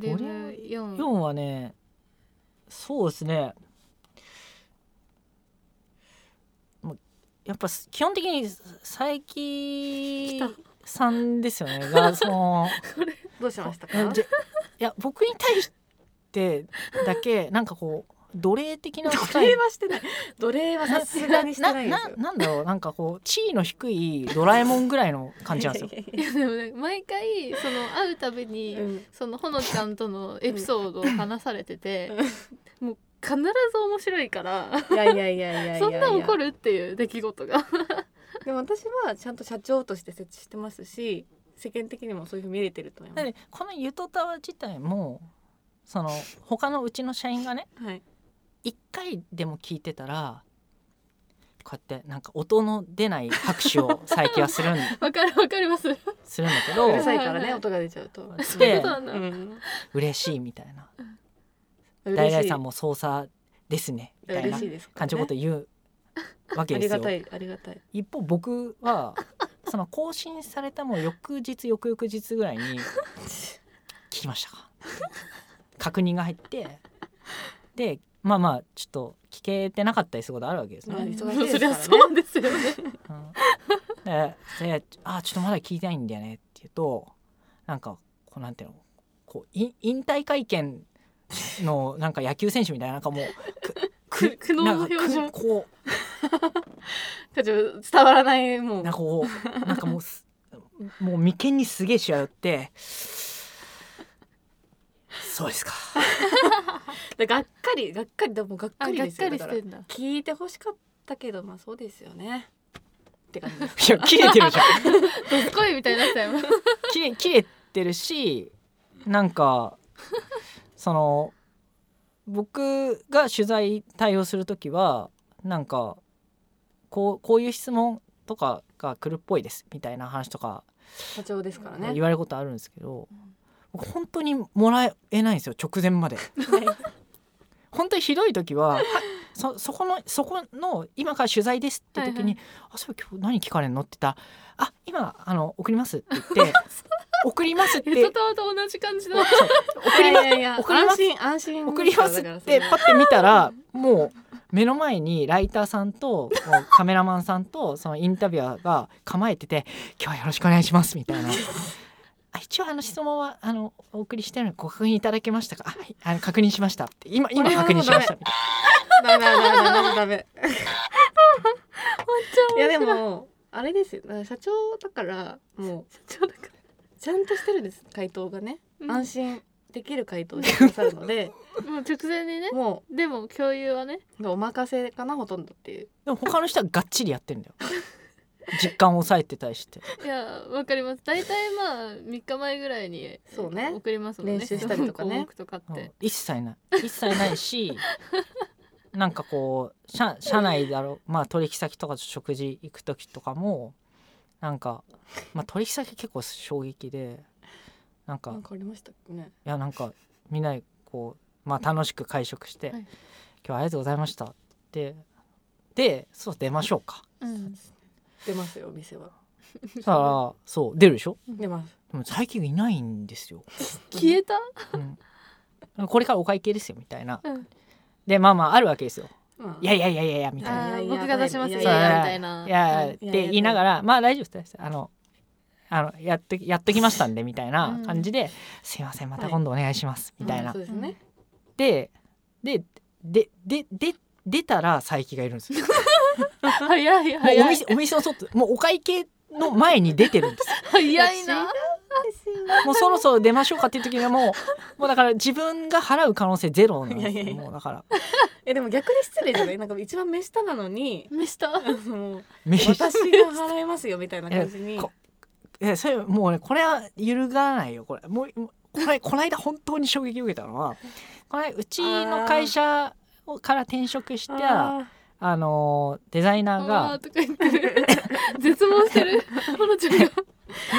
リューム4
4はねそうですねもうやっぱ基本的に佐
た
伯さんですよねがその
どうしました
え
か
じゃいや僕に対してだけなんかこう奴隷的な
奴隷はしてない奴隷はさすがにしてないで
なななんだろうなんかこう地位の低いドラえもんぐらいの感じなんですよ
す。よ
いやでもね毎回その会うたびに、
うん
そのほのちゃんとのエピソードを話されてて、もう必ず面白いから
いやいやいやいやいやいや
そんな怒るっていう出来事
<laughs>
が
でも私はちゃんと社長として設置してますし世間的にもそういうふうに見れてると思いま
なのでこのゆとたわ自体もその他のうちの社員がね
す。はい、
一回でも聞いてたらこうやってなんか音の出ない拍手を最近はす
<laughs>
るん
わかるわかりますそういう
するんだけ
う
ど
るさいから
はいはい
ね音が出ちゃうと。
ことなんだ、
うん
嬉しいみたいな大
嬉
々
しい
さんも操作ですねみたい
嬉
な
しいですから
感
ね、
じのこと言うわけ
あ
で
り
す
が
よ
た。いありがたい。
一方僕はその更新されたもう翌日翌々日ぐらいに「聞きましたか?」 <laughs> 確認が入ってでまあまあちょっと聞けてなかったりすることあるわけです
まあ
ね。
忙しいで
そ
すからね
りゃそうですよね
うんでであちょっとまだ聞いてないんだよね」って言うとなんかこうなんていうのこうい引退会見のなんか野球選手みたいななんかもう
<laughs>
く
苦悩の表情
なんかくこう
ちょっと伝わらない <laughs> もう
なんかこうなんかもうすもう眉間にすげえしわ寄ってそうですか <laughs>
だからがっかりがっかりでもがっか
あ
り
が
で
っ
すよ
かり
だか
し
ら
てんだ
聞いてほしかったけどまあそうですよねっ
<laughs>
て感じです。
いや切れてるじゃん
どすこいみたいになっちゃいます
切れ切れてるしなんかその僕が取材対応する時はなんかこうこういう質問とかが来るっぽいですみたいな話とか
社長ですからね
言。われることあるんですけど、僕本当にもらえないんですよ直前まで。本当にひどい時はそそこのそこの今から取材ですって時
は
に「
いはい
あそう今日何聞かれんの?」って言ったら「あ今あの送ります」って言って「送ります」って
ゆとたわと同じ感じ
<laughs>
だ
送ります。いやいや
送ります
安心安心
送ります
だ
っ
からそ
て
れ
パッて見たらもう目の前にライターさんともうカメラマンさんとそのインタビュアーが構えてて「今日はよろしくお願いします」みたいな。あ一応あの質問はあのお送りしてるのでご確認いただけましたかあはいあの確認しましたって今今
これはもう
確認しましたみたい
ダメダメダメダメダメ。いや
<laughs>
でもあれですよ。だから社長だからもう
社長だか
ちゃんとしてるんです回答がね。
ら、
安心できる回答をしてくださるので
もう直前にね
<laughs> も
でも共有はね
うお任せかなほとんどっていう
でも他の人はがっちりやってんだよ実感を抑えて対して
いやわかります大体まあ3日前ぐらいに
そうね
送りますもんね
練習したりとかね
項目とかっ
う
て
ん、一切ない一切ない
<laughs>
しなんかこう社社内だろまあ取引先とかと食事行く時とかもなんか、まあ、取引先結構衝撃でなんか
なんかありましたっけね
いやなんかみんなでこう、まあ、楽しく会食して、
はい
今日はありがとうございました」ってでそう出ましょうか
うん
出ますよお店は
そしたらそう出るでしょ
出ます
でも最近いないんですよ、
消えた
うん、これからお会計ですよみたいな、
うん
でまあまああるわけですよ
まあ
「いやいやいやいやいや」みたいな
あー
いやいや
僕が出しますよ
い
み
やいや
たいな
「いやいや」っ
い
て
やいや
言いながら「まあ大丈夫ですあのあのやっとやっときましたんで」みたいな感じで「すいませんまた今度お願いします」みたいな
そうですね
ででででで出たら佐伯がいる
<laughs>
んですよ。
早い
もうお
早い
店お店の外もうお会計の前に出てる
<laughs>
んです
早いな
よ。もうそろそろ出ましょうかっていう時にはもうもうだから自分が払う可能性ゼロなんです
いやいやい
よ。
や
もうだから
えでも逆に失礼じゃないなんか一番目下なのに
目下
あの
飯
私が払いますよみたいな感じに
<laughs> えこえそれもうねこれは揺るがないよこれもうもうこれこの間本当に衝撃を受けたの
<laughs>
はこの間うちの会社をから転職してあ
あ
のデザイナー
あー
が
とか言ってる絶望してるほのちゃんが
ー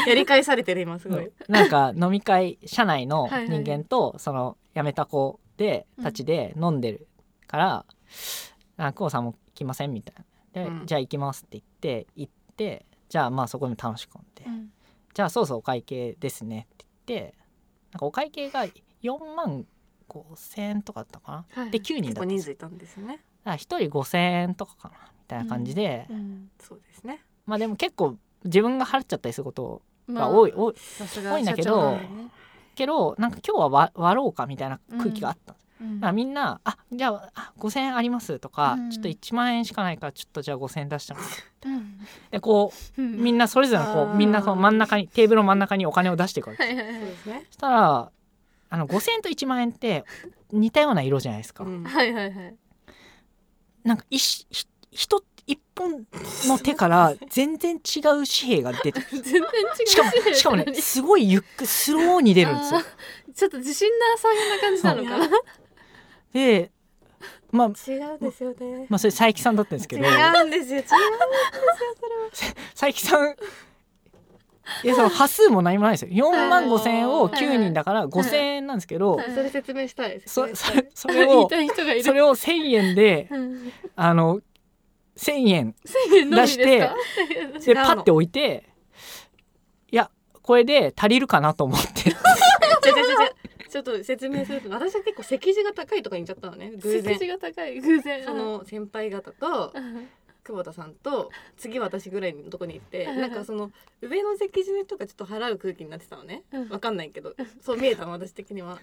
やり返されてる今すごい
なんか飲み会社内の
はいは
人
い
間とその辞めた子で
うん
たちで飲んでるから「あ久保さんも来ません」みたいなで、
うん
じゃあ行きます」って言って行ってじゃあまあそこでも楽しく飲んで、じゃあそうそうお会計ですねって言ってなんかお会計が4万5,000円とかだったかな、
はい
で9
結
人だった
構
んで
人
す
数
よ
いたんですね
だから1人5,000円とかかなみたいな感じで、
うん
そうですね
まあでも結構自分が払っちゃったりすること
ま
が多い、多い
さす
多いんだけ
社
ど
長なんでね
けどなんか今日は割割ろうかみたいな空気があったんです、
うん
まあみんな「あじゃああ5,000円あります」とか、
うん
ちょっと1万円しかないからちょっとじゃあ5,000円出してます」
うん
でこ
う
うんみんなそれぞれのこ
あ
う
ー
みんなその真ん中にテーブルの真ん中にお金を出していくわけ
はいはい
そう
はい
ですね
そしたらあの5,000円と1万円って似たような色じゃないですか。
うん
はいはいはい
なんか一ひ一一本の手から全然違う紙幣が
<laughs>
出て
全然違う
しかもしか
<laughs>
もねすごいゆっくスローに出るんですよ
あ。ー <laughs> ちょっと自信なさげな感じなのかな
でまあ
違うんですよね
まあそれ佐伯さんだったんですけど
違うんですよ違う
佐伯さんいやその端数も何もないですよ4万5,000円を9人だから5,000円なんですけど、
はい
それ説明したいです
そ
ね
そそ
<laughs>
れ
言い
を
たい人がい
そ
る
れを1,000円で
うん
あの1,000円
1000円のみです <laughs> か
出してで
違うの
パッて置いていやこれで足りるかなと思っ
<laughs>
て
違う違う違うちょっと説明すると私は結構席次が高いとかに行っちゃったの <laughs> ね偶然
席が高い偶然
その先輩方と
うん
久保田さんと次私ぐらいのとこに行って
はいはい
なんかその上の席次の人がちょっと払う空気になってたのね
うん
わかんないけどそう見えたの私的には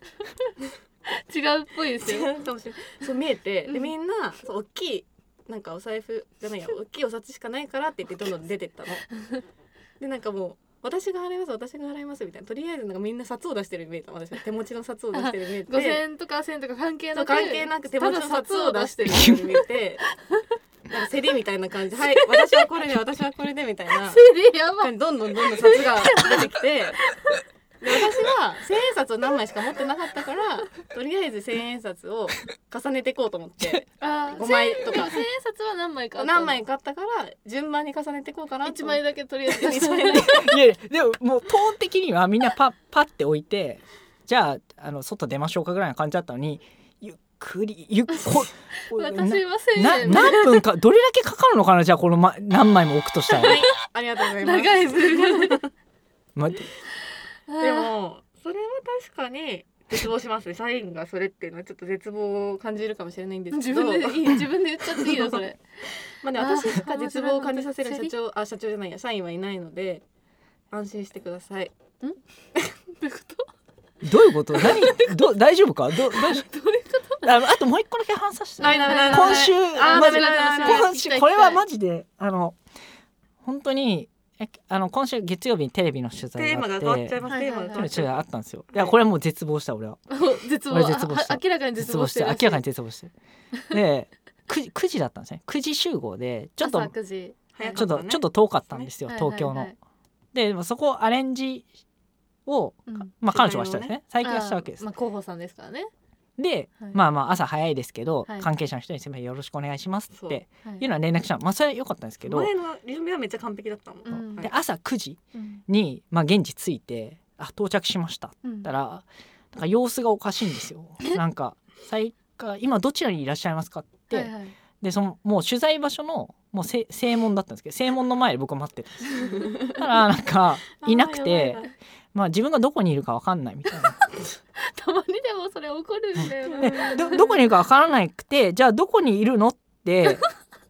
違うっぽいです
違
よ
うかもしれない <laughs> そう見えて
う
で
ん
みんなそう大きいなんかお財布じゃないや大きいお札しかないからって言ってどんどん出てったの。 <laughs> でなんかもう私が払います私が払いますみたいなとりあえずなんかみんな札を出してるように見えた私は手持ちの札を出してるように見えて
5000円とか1000円とか関係
そ
な
う
く
関係なく手持ちの札を出してる
た
の
だ
を見てなんか競りみたいな感じ「はい私はこれで私はこれで」みたい <laughs> な
手でやば
ど
い
んどんどんどん札が出てきて。で私は千円札を何枚しか持ってなかったからとりあえず千円札を重ねていこうと思って
あー
5枚と
でも
か
1000円札は何枚かあったの
何枚買ったから順番に重ねていこうかな
一枚だけとりあえず出し
一
た
枚だけ
いやでももうトーン的にはみんなパパッて置いてじゃああの外出ましょうかぐらいな感じだったのにゆっくりゆっ
<laughs>
こ
私は
な
1000
な
円
何分かどれだけかかるのかなじゃあこの、ま、何枚も置くとしたら、
はいありがとうございます
長いブル
<laughs>
が
ま、
でもそれは確かに絶望しますね社員がそれっていうのはちょっと絶望を感じるかもしれないんです
自
けど
分でいい自分で言っちゃっていいよそれ
まあね、
あー
私が絶望を感じさせる社
面
長あ社長じゃないや社員はいないので安心してください
どういうこと
どういうこと何ど大丈夫か
ど
ど大丈
ういうこ
夫ああともう一個だけ反省して
ダメダメダメ
今週
あー
マ
ダ
ジ
メダメダメ
今
聞きた
週
い
これはマジであの本当にえあの今週月曜日にテレビの取材
テー
があ
マ
っ
が
て
変わっちゃいます。
はいは
テー
い
マ
はい
が変わ
テレビの
っ
取
ちゃい
材
ま
があったんですよいやこれはもう絶望した <laughs> 俺は
絶望
俺絶望した
あ明らかに絶
絶
望
望
し
してて
る
明
らしい
らかに絶望してるで <laughs> 9, 時だったんですね9時集合でちょっと
朝9時
早
ちょ
かった
っと
ね
ちょっと遠かったんですよ、
はい
東京の。
はいはい
でまあそこをアレンジを、
うん
まあ、彼女はしたんですね最近はしたわけで
あ
す。
ーまあ候補さんですからね
で、
はい
まあまあ朝早いですけど、
はい
関係者の人に「すみませんよろしくお願いします」
そう
って
はい
いうのは連絡したのまあそれは良かったんですけど、
前の準備はめっちゃ完璧だったもん。
うん
はい
で朝9時
うん
に、まあ、現地着いて「あ到着しました」って
う
言
ん
ったらなんか様子がおかしいんで
<laughs>
すよ。なんか最下今どちらにいらっしゃいますかって、
はいはい
でそのもう取材場所のもうせ正門だったんですけど正門の前で僕は待ってたんですよた
<laughs>
らなんか <laughs> いなくて
あーやばい
まあ自分がどこにいるかわかんないみたいな
たまにでもそれ怒るんだよね
でどどこにいるかわからなくてじゃあどこにいるの
<laughs>
って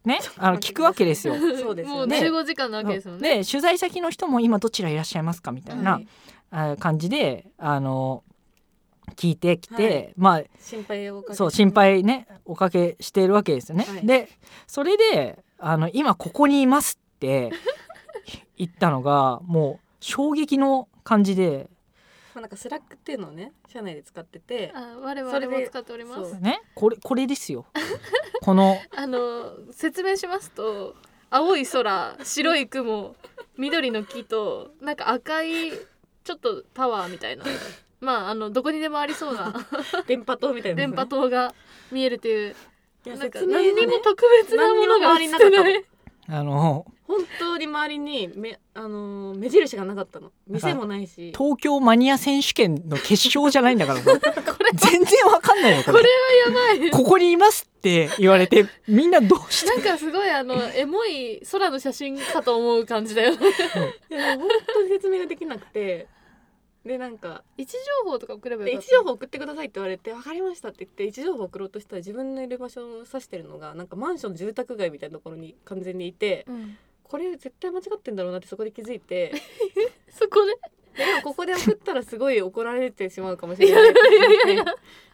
ねあの聞くわけですよ。
なそうです
も
よ
う
ね
十五時間なわけですもんね
で取材先の人も今どちらいらっしゃいますかみたいな、
はい
あ感じであの聞いてきて、
はい
まあ
心配をかけて
そう心配ねおかけしているわけですよね。
はい
でそれであの「今ここにいます」って <laughs> 言ったのがもう衝撃の感じで
まあなんかスラックっていうのをね社内で使ってて
あ我々も使っておりま
そ
す
う
ねこれこれですよこの
あの説明しますと青い空白い雲緑の木となんか赤いちょっとタワーみたいなまああのどこにでもありそう
<laughs>
な
電波塔みたいなや
電
つね
波塔が見えるという
いや
なんか
説明
何に
に
も
も
特別なものが映っ
何
て
に
な
も周り
い
あの
本当に周りにめあのー目印がなかったの店もないし
東京マニア選手権の決勝じゃないんだからこれ全然わかんないよこれ
これはやばい
ここにいますって言われてみんなどうして
なんかすごいあのエモい空の写真かと思う感じだよね
いや本当に説明ができなくてでなんか
<laughs> 位置情報とか送れば
で
よかっ
位置
た
情報送ってくださいって言われて「分かりました」って言って位置情報送ろうとしたら自分のいる場所を指してるのがなんかマンション住宅街みたいなところに完全にいて
うん
これ絶対間違ってんだろうなってそこで気づい
<laughs>
て
そこね
でもここで送ったらすごい怒られてしまうかもしれないって
<laughs>
思って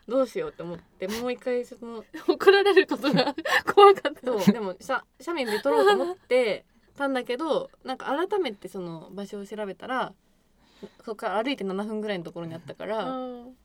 どうしようって思ってもう一回その
怒られることが <laughs> 怖かった <laughs>
そうでもさ斜面で撮ろうと思ってたんだけどなんか改めてその場所を調べたらそこから歩いて7分ぐらいのところにあったから
うん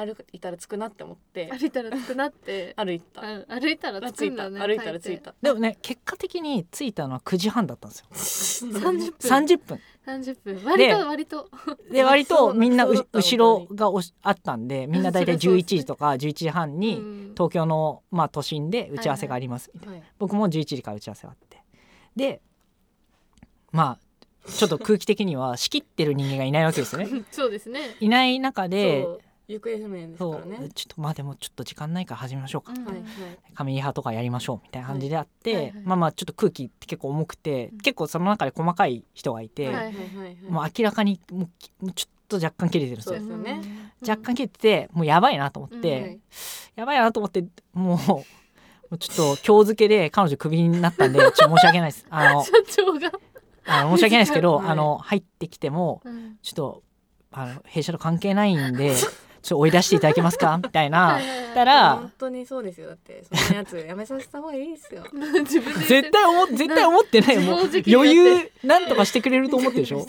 歩いたら着くなって思って
歩いたら着くなって
歩いた。
うん歩いたら
あ
着
着
く
い
ん
た
だね
歩いたら着いた。
でもね結果的に着いたのは9時半だったんですよ
<laughs> 三十分
30分
三十分割
で
と割と
で割とみんなう
そうだった
後ろがおしあったんでみんな大体
それそう
11
ですね
時とか11時半
う
に
ん
東京の、まあ、都心で打ち合わせがあります、
はい
僕も11時から打ち合わせがあってでまあちょっと空気的には仕切ってる人間がいないわけですよね
そうですね
いない中で
そう行方不明です
そう
からね。
ちょっとまあでもちょっと時間ないから始めましょうか、
うん
はいはい。
カミリハとかやりましょうみたいな感じであって、
はいはいはい
まあまあちょっと空気って結構重くて、
うん
結構その中で細かい人がいて、
はい
はいはいはい。
もう明らかにもうきもうちょっと若干切れてるんです
そう
よ
ですよね
うん
若干切れててもうやばいなと思って、
う
はい
やばいなと思ってもう <laughs> もうちょっと今日付けで彼女クビになったんでちょっと申し訳ないですあ
<laughs>
の
社長が
あの申し訳ないですけど、
はい
あの入ってきても
うん
ちょっとあの弊社と関係ないんでちょっと追い出していただけますかみたいな
はいはいはい
たら
本当にそうですよ。だってそんなやつやめさせた方がいいですよ。
<laughs> 自分で言って
絶対思絶対思ってないよもう
自暴自棄になって
余裕なんとかしてくれると思ってるでしょ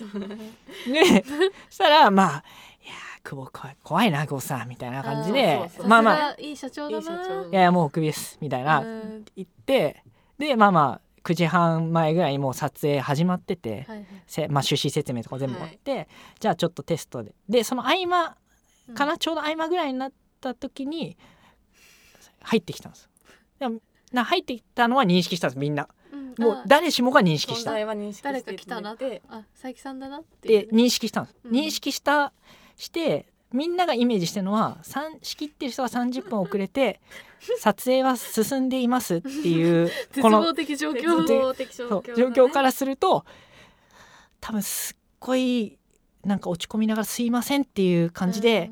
ねしたらまあ「いやー久保怖い怖いな久保さん」みたいな感じ
あーそ
で
うそう
まあまあ
さすがいい社長
い
だ
い社長
な
「いやいやもうクビです」みたいな
うん
行ってでまあまあ9時半前ぐらいにもう撮影始まってて、
はいはい
せまあ、趣旨説明とか全部終わって、じゃあちょっとテストででその合間
うん
かな、ちょうど合間ぐらいになった時に入ってきたんですでもな入ってきたのは認識したんですみんな
うん
も
あ
う誰しもが認識
存
した
在は認識して
誰か来たな
っで
あ佐伯さんだなってい
で
うね
認識したんです、
うん
認識したしてみんながイメージしてるのは三仕切ってる人が30分遅れて撮影は進んでいますっていう
<laughs> 絶
この
望的状
絶
況
望的状
そう
況
状況かららすると多分すっごいなんか落ち込みながら「すいません」っていう感じで、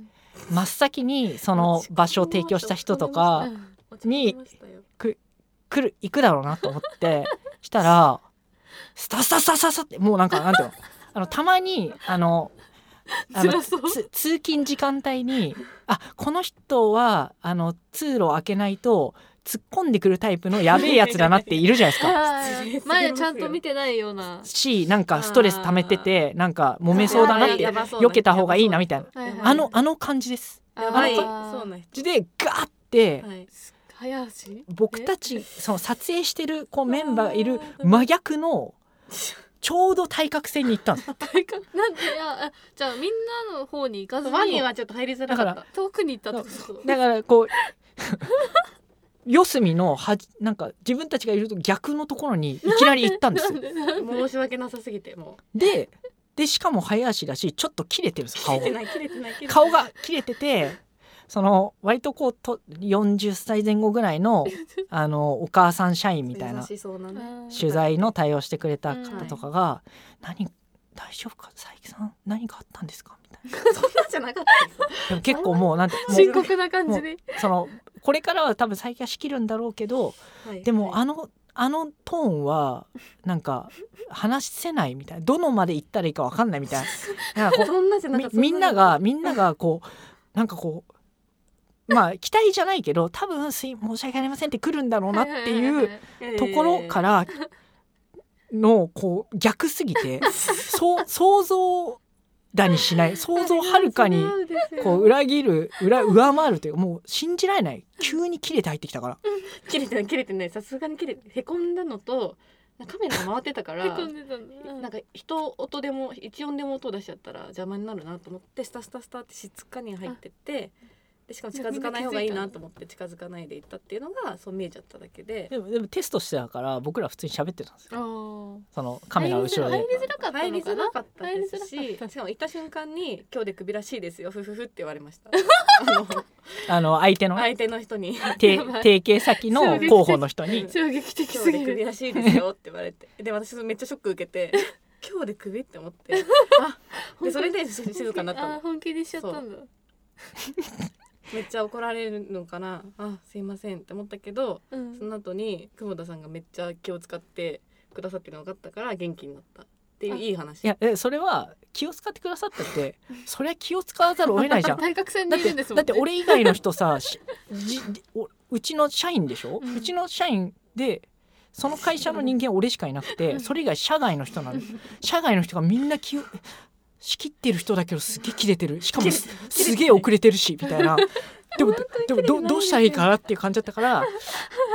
真っ先にその
落ち込みました
場所を提供した人と
うんう
か
ん
に来る行くだろうなと思って <laughs> したらスタスタスタスタスタってもうなんかな
<laughs>
んていうのあのたまにあのあの
辛そう
つ通勤時間帯にあこの人はあの通路を開けないと突っ込んでくるタイプのやべえやつだなっているじゃないですか。
あー前ちゃんと見てないような
しなんかストレス溜めててなんか揉めそうだなって
やば
避けた方がいいなみたいな
はいはい
あのあの感じです。
やばい
あ
そ
ー
うな人
でガーって
はい
早足
僕たちその撮影してるこう
わー
メンバーがいる真逆のちょうど対角線に行ったんです。
なんでいやあじゃあみんなの方に行かず
ワニ
に
はちょっと入りづらか
だ
っ
か
た
遠くに行ったってこと
だからこう四隅のはじなんか自分たちがいると逆のところにいきなり行ったんですよ。
申し訳なさすぎても
ででしかも早足だしちょっと切れてるんですよ
う切れ
顔
て
が。
ない切れてない切れてない
顔が切れててその割とこうと40歳前後ぐらいのあのお母さん社員みたいな
優しそうなね
取材の対応してくれた方とかが「何大丈夫か佐伯さん何かあったんですか?」みたいな
<laughs> そんなんじゃなかったです
でも結構もうなんても
深刻な感じで
うそのこれからは多分佐伯は仕切るんだろうけど
はい
でも
はい
あのあのトーンはなんか話せないみたいなどのまで行ったらいいか分かんないみたいななんかこう
そんなじゃなか
み
った
みんながみんながこうなんかこうまあ期待じゃないけど多分すい申し訳ありませんって来るんだろうなっていうところかららのこう逆すぎてそう想像だにしない想像をはるかにこう裏切る裏上回るというかもう信じられない急に切れて入ってきたから
切れてない切れてないさすがに切れてへこんだのとカメラが回ってたから
へこんでたんだ
なんか一音でも一音でも音を出しちゃったら邪魔になるなと思ってスタスタスタって静かに入ってってでしかも近づかない方がいいなと思って近づかないで行ったっていうのがそう見えちゃっただけで
でもでもテストしてたから僕ら普通に喋ってたんですよ
あー
そのカメラの後ろで
入りづらかった
入り
のか
づ
な
らかったです
入り
し
づらかっ
しかも行った瞬間に「今日でクビらしいですよふふふ」って言われまし
<laughs>
たあの
あの相手の
相手の人に「
提
やばい
提携先の候補の人に
た衝撃的
今
す
日
ぎ
でクビ
る
らしいですよ」って言われてで私めっちゃショック受
<laughs>
けて「今日でクビ?」って思ってあでそれでし静かになった
あー
の
本気でしちゃったんだ
めっちゃ怒られるのかなあすいませんって思ったけど
うん
その後に久保田さんがめっちゃ気を使ってくださってるの分かったから元気になったっていう
あ
いい話
いやえそれは気を使ってくださっ
<laughs>
たってそりゃ気を使わざるを得ないじゃん。
対角線
だ
に
っ
いる
て
んです
だ
も
っ
ん
て俺以外の人さしじおうちの社員でしょ、
う
うんちの社員でその会社の人間俺しかいなくてそれ以外社外の人なの社外の人がみんな気を仕切ってる人だけどすげえ切れてるしかもすすげえ遅れてるしみ
<laughs>
たいなでもでもどどうしたらいいかなっていう感じだったから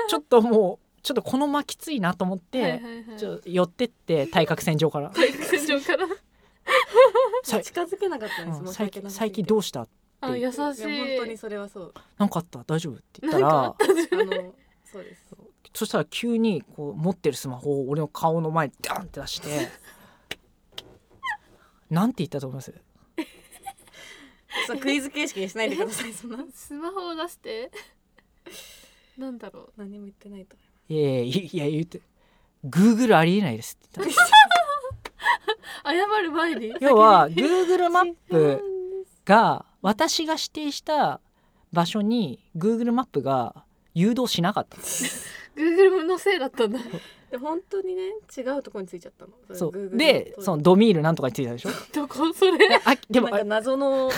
ちょっともうちょっとこのまきついなと思って、
はいはいはい
ちょっと寄ってって対角線上から
対角線上から
さい
近づけなかったんです、
うん
申し
最
訳
近
な
最近ど
う
うした
あ優しい
や本当にそれはそう
なんかあった大丈夫って言
な
った
んからあったじ
あのそうです
そしたら急にこう持ってるスマホを俺の顔の前にダンって出して <laughs> なんて言ったと思います
そうクイズ形式にしないでくださいそんな
ゃんスマホを出
<laughs>
してなんだろ
何も言ってないと思い
いやいやいや言って「Google ありえないです」って言っ
う謝る前 <laughs> に
<laughs> た要は Google マップが私が指定した場所に Google マップが誘導しなかったんです
Google のせいだった
<laughs>
んだ
ますで本当にね違うところについちゃったのれ
そう
Google
で
と
そのドミールなんとかについたでしょ
どこそれ
あでも
なんか謎の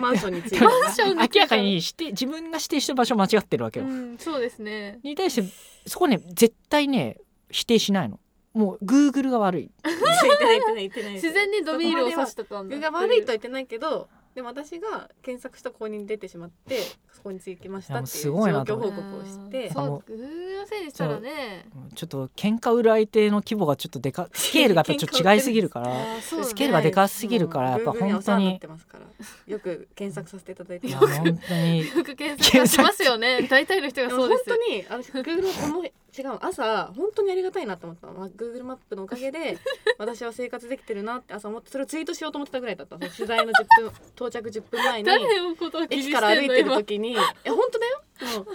マンションについて
でも
マンションについた
明らかに指定自分が指定してる場所間違ってるわけ
う
よ、
んそうですね
に対してそこね絶対ね否定しないのもう Google が悪い
言ってない言ってない言ってない
自然にドミールを指してたんだ
が悪いとは言ってないけどでも私が検索したここに出てしまってそこにつきましたっていう
いや
状
もう
況
すごいなと思
報
う
告をして
そう Google のせいにしたらね
ちょっと喧嘩売る相手の規模がちょっとで
<laughs>
かスケールがやっぱちょっと違いすぎるか
あ
ら
ーそうだね
スケールがでかすぎるからやっぱ本当
に
に
ってますからよく検索させていただいて
いや
ます
本当に
よく検索はしますよね大体の人が
で
そ
も
うで
本
す
当にあの Google のこの違う朝本当にありがたいなと思ったの、まあ、Google マップのおかげ
<laughs>
で私は生活できてるなって朝思ってそれをツイートしようと思ってたぐらいだったのその取材の10分到着10分
<laughs>
前に
誰のことを気にし
駅
てん
から
の
歩いてる
今
時にえ本当だよもう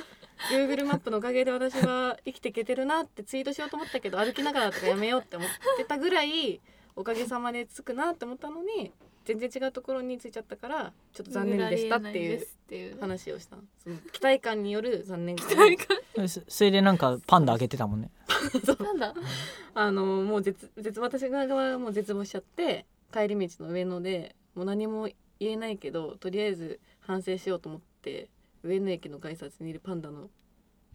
Google マップのおかげで私は生きていけてるなってツイートしようと思ったけど歩きながらとかやめようって思ってたぐらいおかげさまでつくなって思ったのに全然違うところについちゃったからちょっと残念でしたってい
見られな
う
ですっていう
話をしたのその期待感による残念感
なんか
そそれでなんかパンダあげてたも
<laughs>
んね
なんだ
あのもう絶絶私側がもう絶望しちゃって帰り道の上野でもう何も言えないけどとりあえず反省しようと思って上野駅の改札にいるパンダの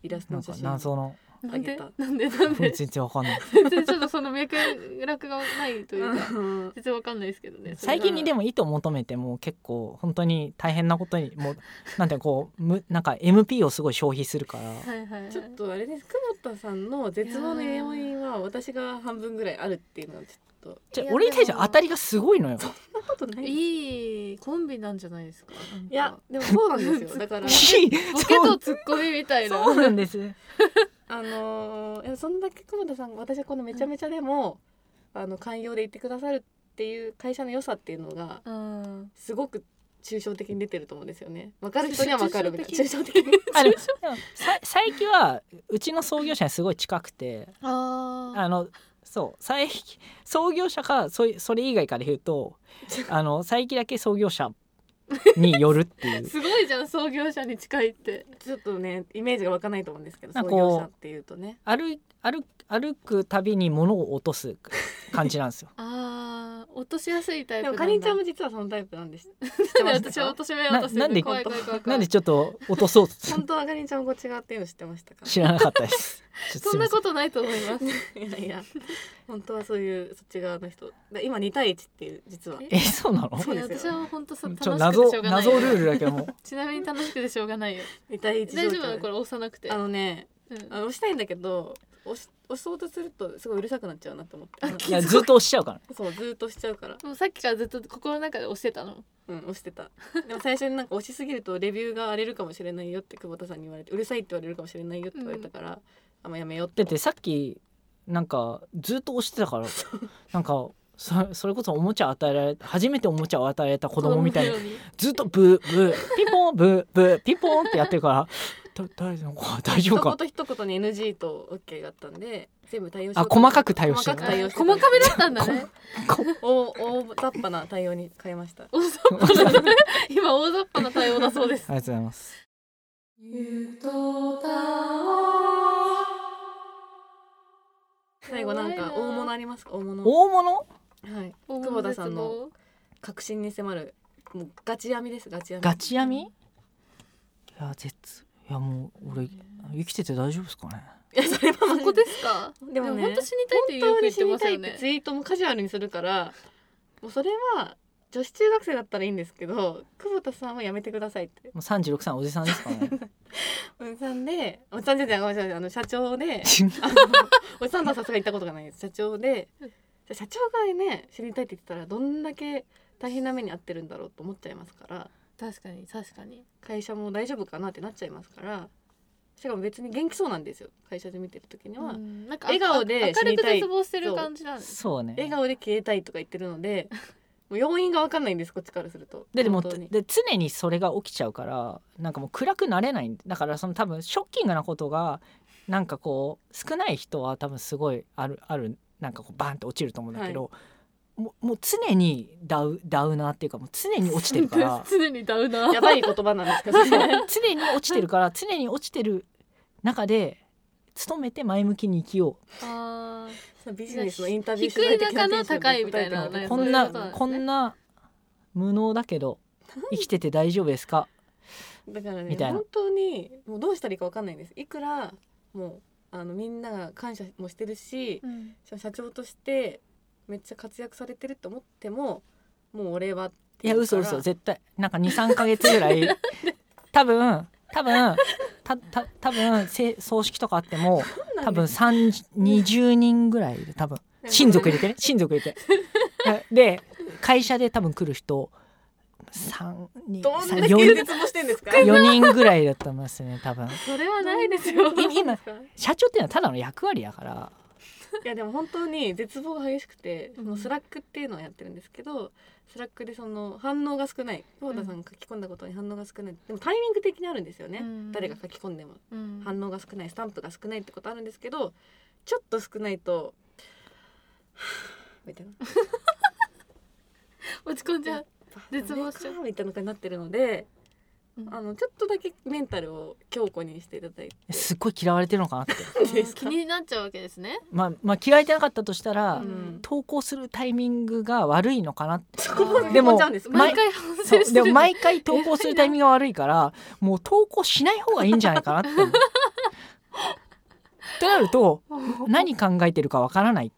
イラスト
な
の
んか
写真
<laughs>
謎の
なんで
あげた
なん
<laughs>
でなんで
全然わかんない
全然ちょっとその脈絡がないというか
うん
全然わかんないですけどねそれ
最
が
近にでも糸を求めてもう結構本当に大変なことに
<laughs>
もうなんていうのこうむなんか MP をすごい消費するから
はいはいはい
ちょっとあれです久保田さんの絶望の要因は私が半分ぐらいあるっていうのはちょっと
じゃ
い
あ
や
俺に対して当たりがすごいのよ <laughs>
そんなことないい
いいコンビなんじゃないですかなんか
やでも <laughs> そうなんですよだから
ボケと
そ
ツッコミみたいうな
そうなんです
あのーいやそんだけ久保田さんが私はこのめちゃめちゃでも、あの寛容で言ってくださるっていう会社の良さっていうのが
うん
すごく抽象的に出てると思うんですよね分かる人には分かるみたいな抽
抽
象的に
<laughs>
あ <laughs> でもでもさ佐伯はうちの創業者にすごい近くて
あ
あのそう佐伯創業者かそいそれ以外から言
<laughs>
うとあの佐伯だけ創業者によるってい
あ
う
すごいじゃん創業者に近いって
ちょっとねイメージが湧かないと思うんですけど
なん
創
かこう
業者っていうとね
歩歩歩くたびに物を落とす感じな
<laughs>
んですよ
ああ落としやすいタイプな
でも
んだ
かりんちゃんも実はそのタイプなん
<laughs>
です
なんで私は落とし目を落とす
ななんで
怖い怖い怖い怖
ないんでちょっと落とそうと
本当はかりんちゃんもこっち側っていうの知ってましたか
知らなかったですちょっ
<laughs> そ
とす
ん
いま
な
せん
ことないと思います
いやいや本当はそういうそっち側の人だ今2対1っていう実は
え
えそうなの
そ
いうや
です
私
よ
は本当さ楽
ちょ
しくて
謎
しょうがない
謎
よ
ルールだけどもう
ちなみに楽しくてしょうがないよ
2対1状
大
況
丈夫なのこれ押さなくて
あのね
うん
あの押したいんだけど押し押そうとするとすごいうるさくなっちゃうなと思ってあの
いやずっと押しちゃうから
そうずーっとしちゃうから
もうさっきからずっと心の中で押してたの
うん押してたでも最初になんか押しすぎるとレビューが荒れるかもしれないよって久保田さんに言われてうるさいって言われるかもしれないよって言われたから、あんまやめようって
だってさっきなんかずっと押してたからなんかそそれこそおもちゃ与えられ初めておもちゃを与えられた子供みたいに
子供のように
ずっとブーブーピポンブーブーピポンってやってるからだ大丈夫か大丈
一
夫か
言一言に NG と OK があったんで全部対応し
あ細かく対応して
細
る
かく対応して
細かめだったんだね
大大雑把な対応に変えました
大雑把なね今大雑把な対応だそうです
ありがとうございます
<laughs> 最後なんか大物ありますか大物
大物
はい
久
久保田さんの確信に迫るもうガチ闇ですガチ闇
ガチ闇いや絶いやもう俺生きてて大丈夫ですかね
いやそれは
そこですか
でもね
本当死にたいってよく
本当
言
に
って
死
ま
に
す
たい
よ
って
ね
ツイートもカジュアルにするからもうそれは女子中学生だったらいいんですけど久保田さんはやめてくださいって
もう36歳のおじさんですからね
おじさんでおじさんじゃないごめんなさいあの社長で
<laughs>
あのおじさんとはさすがに行ったことがないです社長で社長がね死にたいって言ってたらどんだけ大変な目に遭ってるんだろうと思っちゃいますから
確かに確かに
会社も大丈夫かなってなっちゃいますからしかも別に元気そうなんですよ会社で見てる時には、
うんなんか
笑顔で
明る
死に
く
たい
絶望してる感じなんです
そうね
笑顔で消えたいとか言ってるのでもう要因が分かんないんですこっちからすると
ででも
本当に
で常にそれが起きちゃうからなんかもう暗くなれないんだからその多分ショッキングなことがなんかこう少ない人は多分すごいあるあるなんかこうバンって落ちると思うんだけど、もうもう常にダウダウナーっていうかもう常に落ちてるから
<laughs> 常にダウ
<laughs>
ナー
やばい言葉なんですけど
そう常に落ちてるから常に落ちてる中で勤めて前向きに生きよ
あ
そのビジネスのインタビュー
低い
取材的な
中の高いみたいな
テンションで答えて
う
ね
こ
もらっ
ん
そういうことなんで
な
すね
こんな無能だけど生きてて大丈夫ですか
てだからね
みたいな
本当にもうどうしたらいいか分かんないんですいくらもうあのみんなが感謝もしてるし
ー、うん
社長としてめっちゃ活躍されてると思ってももう俺はって
いうや
から
嘘嘘絶対なんか23か月
<laughs>
ぐらい多分多分たた多分せ葬式とかあっても多分30 20人ぐらいで多分親族入れてね親族入れて
<laughs>
で会社で多分来る人3人
どんだけ
4
絶望してんですか
人ぐらいだと思いますね多分
それはないですよ
い今社長っていうのはただの役割だから
いやでも本当に絶望が激しくて、
うん
もうスラックっていうのをやってるんですけどスラックでその反応が少ない久保田さんが書き込んだことに反応が少ないでもタイミング的にあるんですよね、
うん
誰が書き込んでも
<laughs> うん
反応が少ないスタンプが少ないってことあるんですけどちょっと少ないと「みたいな
落ち込んじゃう
「
絶望しちゃう
ダメかみたいな感じになってるので
うん
あのちょっとだけメンタルを強固にしていただいて
すっごい嫌われてるのかなって
ですか
気になっちゃうわけですね
まあまあ嫌われてなかったとしたら、
うん
投稿するタイミングが悪いのかなって
そこまで
で
落ち込ん
も
じゃうんですか
毎回反省
そう
<laughs> して
で
る
も毎回投稿するタイミングが悪いからもう投稿しない方がいいんじゃないかなって思うってなると何考えてるかわからない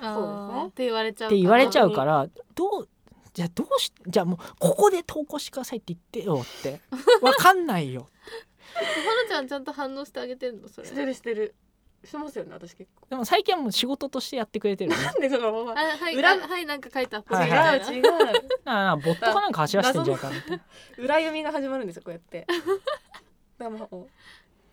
あ
そうです
ー
ね
って言われちゃうか
って
ら
言われちゃうからどうじゃあどうしじゃあもうここで投稿してくださいって言ってよってわかんないよ
はなちゃんちゃんと反応してあげてんのそれ
してるしてるしてますよね私結構
でも最近はもう仕事としてやってくれてるね
<laughs> なんでそのま
あ
ま
はい
裏
あはいなんか書いた
はい
違
違
う違
う
う
なあボットかなんか走らせてんじゃないかなみたいな
裏読みが始まるんですよこうやって <laughs> だからもう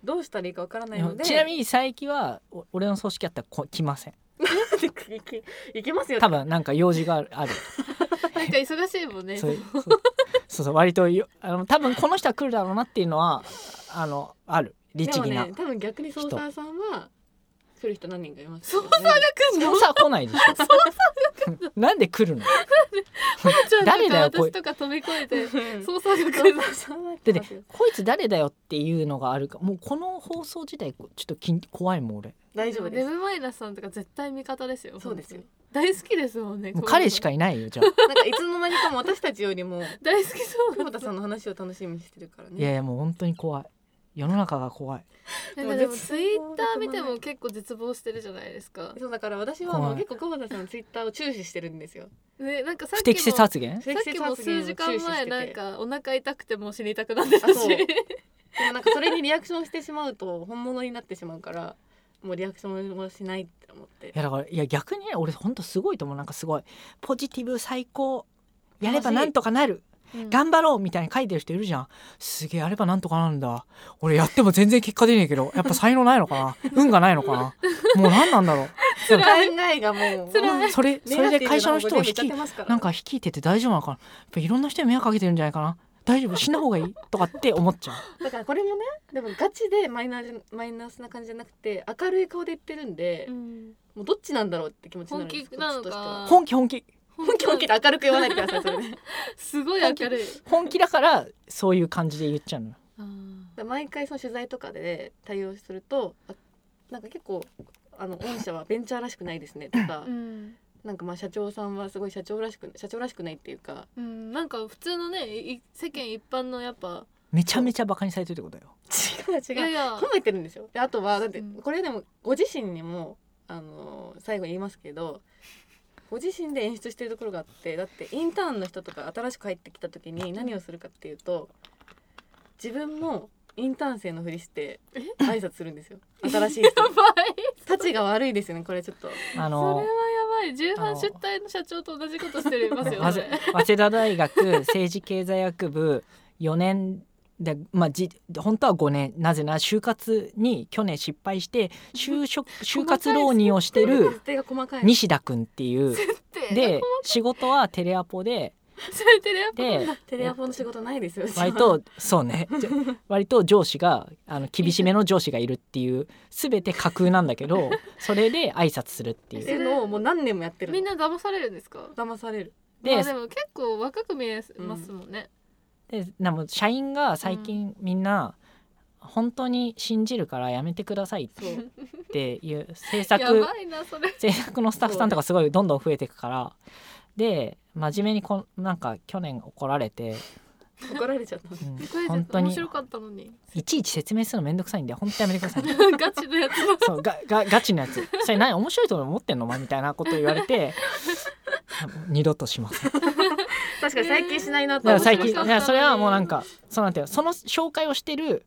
どうしたらいいかわからないの
い
で
やちなみに佐伯はお俺の組織やったらこ来ません
行 <laughs> け行けますよ
多分なんか用事があるある
なんか忙しいもんね
そういうそうそうそう割とよあの多分この人は来るだろうなっていうのはあのある律
で
儀
も
な、
ね多分逆にソーサーさんは来る人何人かいますよね
来んの
捜査
<laughs>
来ないでしょ <laughs> なんで来るの誰だよこ
私
い
とか飛び越え
<laughs>
て
うん
捜査学
ソーサーさんは来ますよ
こいつ誰だよっていうのがあるかもうこの放送自体ちょっときん怖いもん俺
大丈夫で
レ
す
ブマイナスさんとか絶対味方ですよ
そうですよ
大好きですもんね
もう彼しかいないよじゃあ
なんかいつの間にかも私たちよりも
大好きそう
久保田さんの話を楽しみにしてるから
いや
ね
いやもう本当に怖い世の中が怖い
なんかでも
絶
ツ
望
イッター見て
が止まらな
も
い
結構絶望してるじゃないですか
そうだから私はも
怖
う
い
結構久保田さんのツイッターを注視してるんですよ
ねなんかさっ
不
きも
適切発言
さっきも数時間前なん
あ
かお腹痛くてもう死にたくなってた
あ
し
そうでもなんかそれにリアクションしてしまうと本物になってしまうからもうリアクションもしないって思って
いやだからいや逆にね俺本当すごいと思うなんかすごいポジティブ最高やればなんとかなる
うん
頑張ろうみたいに書いてる人いるじゃんすげえやればなんとかなんだ俺やっても全然結果出ねえけどやっぱ才能ないのかな運がないのかなもう何なんだろ
考えがもう
辛い
それそれで会社の人を引
引
き
きますから
なんか率いてて大丈夫なのかなやっぱいろんな人に迷惑かけてるんじゃないかな大丈夫死んだ方がいいとかって思っちゃう
だからこれもねでもガチでマイナーマイナスな感じじゃなくて明るい顔で言ってるんで、
うん
もうどっちなんだろうって気持ちになるんです
本気なのか
こっちとしては
本気本気
本気本気で明るく言わないでくださいそれね <laughs> だか
すごい明るい
本気だからそういう感じで言っちゃうの
あ
ら毎回その取材とかで対応するとあなんか結構あの御社はベンチャーらしくないですねとか
ーうん
なんかまあ社長さんはすごい社長らしく社長らしくないっていうか
うんなんか普通のねい世間一般のやっぱ
めちゃめちゃバカにされてるってことだよ
違う違う
いやいや
褒めてるんですよであとはだって
うん
これでもご自身にもあの最後に言いますけどご自身で演出してるところがあってだってインターンの人とか新しく入ってきた時に何をするかっていうと自分もインターン生のふりして挨拶するんですよ新しい人
や <laughs> ばい
たちが悪いですよねこれちょっと
あ
それは
の
やばい重版出退の社長と同じことしてますよ
早稲早稲田大学政治経済学部4年でまあ、じ本当は5年なぜなら就活に去年失敗して就職就活浪人をして
設
る
定が細かい
西田君っていう
って
で仕事はテレアポで
されてるやっぱ
で
テレアポの仕事ないですようちは
割とそうねじゃ割と上司があの厳しめの上司がいるっていう全て架空なんだけどそれで挨拶するって
っ
い
て
う
いうのをもう何年もやってるの
みんな騙されるんですか
騙される
ま
で
あでも結構若く見えますもんね、
でなもう社員が最近みんな本当に信じるからやめてください
そう
っていう制
や
作
ばいなそれ
制作のスタッフさんとかすごいどんどん増えていくからで真面目にこんなんか去年怒られて、
怒られちゃった
うん
クイ
本
ズ
当
面
に
白かったの
<laughs>
に
いちいち説明するのめんどくさいんで本当やめてください。
ガチのやつ
そうががガチのやつ「それ何面白いと思ってんの?」お前みたいなこと言われて <laughs> 二度としませんだか
確かに最近しないなと
ら
思って
最
ま
近
し
い
た
だ
やそれはもうなんかそうなんていうのその紹介をしてる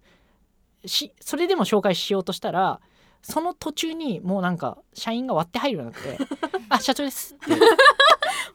しそれでも紹介しようとしたらその途中にもうなんか社員が割って入るようになって「あ社長です」って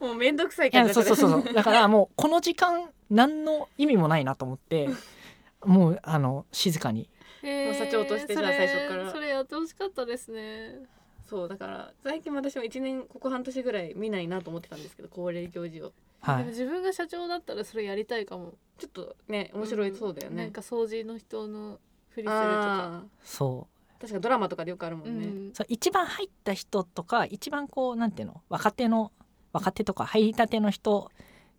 もうめんどくさい
い
感
や
じ
そうそうそう
<laughs>
う
そうだからもうこの時間何の意味もないなと思って
<laughs>
もうあの静かに
え
社長としてじゃ
そ
あ
れ
最初から
それやってほしかったですね
そうだから最近私も1年ここ半年ぐらい見ないなと思ってたんですけど恒例行事を
は
でも
い
自分が社長だったらそれやりたいかも
ちょっとね面白いそうだよ
な
ね
ん、か掃除の人のふりするとか
あ
そう
ー確かドラマとかでよくあるも
うん
ね、
ん
そう一番入った人とか一番こうなんていうの若手の若手とか入りたての人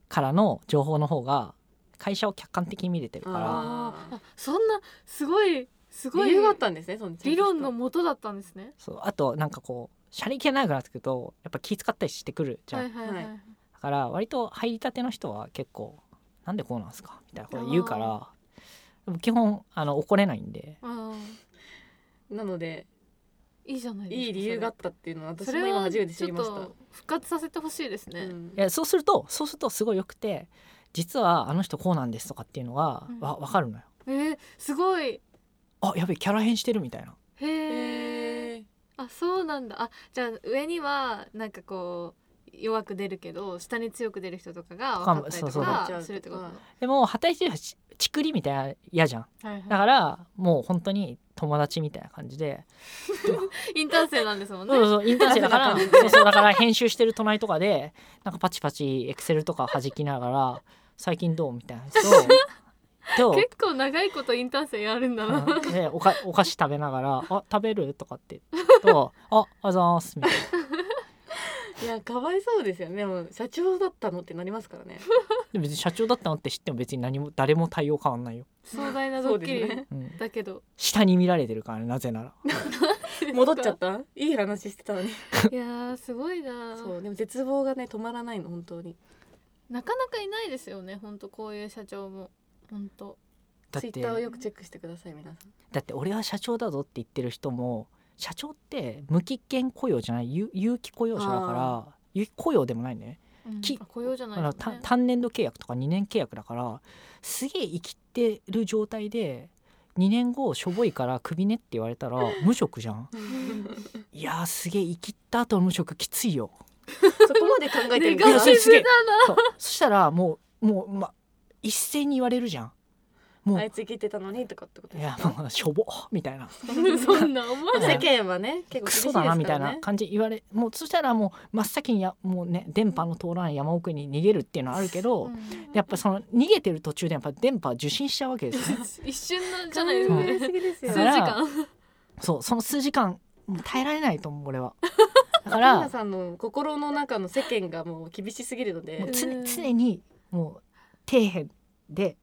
からの情報の方が会社を客観的に見れてるか
あー
あ
あそんなすごいす
すご
ご
い
い
理由があったんですねその
理論の元だったんですね
らそうあとなんかこうしゃり気ないくなってくるとやっぱ気使ったりしてくるじゃん、
はいはいはい、
は
だから割と入りたての人は結構「なんでこうなんすか?」みたいなこと言うからでも基本あの怒れないんで
あ
なので
いいじゃないですか
いい理由があったっていうのは私
それ
も今
は
初
ちょ
めて知り
っ
ました
と復活させてほしいですね、
うん
えそうするとそうするとすごいよくて実はあの人こうなんですとかっていうのが
うん
わ分かるのよ。
えー、すごい
あやべえキャラ変してるみたいな。
へえ
え
あそうなんだあじゃあ上にはなんかこう弱く出るけど下に強く出る人とかが分かったりと
そう
な
か
っちゃう
するってこと
うん
でも働いてる人はちくりみたいな嫌じゃん。
はい
だ
は
からもう本当に友達みたいな感じで、
いインターン生なんですもんね
そうそうインターン生だか
<laughs>
らそうそうだから編集してる隣とかでなんかパチパチエクセルとか弾きながら「最近どう?」みたいな
<laughs>
人と
結構長いことインターン生やるんだな、
うんでおかお菓子食べながら「あ食べる?」とかってと「あありがとうございます」みたい
いやかわいそうですよねもう社長だったのってなりま
<laughs>
すからね
なで別に社長だったのって知っても別に何も誰も対応変わんないよ、
壮大なド
そう
ッ
で
キ
す
リ
ね
うん
だけど、
下に見られてるからねなぜなら
戻っちゃったいい話してたのに
いやーすごいなー
そうでも絶望がね止まらないの本当に
なかなかいないですよねほんとこういう社長もほんと
だっ
ツイ
て
ッターをよくチェックしてください皆さん
だって俺は社長だぞって言ってる人も社長って無期限雇用じゃない有有期雇用者だから有期雇用でもないね
うん
き
あ雇用じゃない
あの
です
た
ね
単年度契約とか2年契約だからすげえ生きてる状態で2年後しょぼいからクビねって言われたら無職じゃんいやーすげえ生きった後の無職きついよ
そこまで考えてるん <laughs>
ネガ
だ
ティブだな
そうそしたらもうもう、ま、一斉に言われるじゃんもう
あいつ生きてたのにとかってこと
い
です
や
か
もうしょぼみたいな <laughs>
そんな思わ
い
ない
や
世間はね結構厳
ク
しい
ソ
です
だ
か
な
らね
みたいな感じ言われもうそしたらもう真っ先にやもうね電波の通らない山奥に逃げるっていうのはあるけど、
うん
やっぱその逃げてる途中でやっぱ電波受信しちゃうわけですよね
一瞬なんじゃないですか
うん
考え
ね
すぎですよ
数
だ
時
から
間
そうその数時間もう耐えられないと思う俺はだか
皆
ら
さんの心の中の世間がもう厳しすぎるの
もう
で
常
うん
常にもう底辺で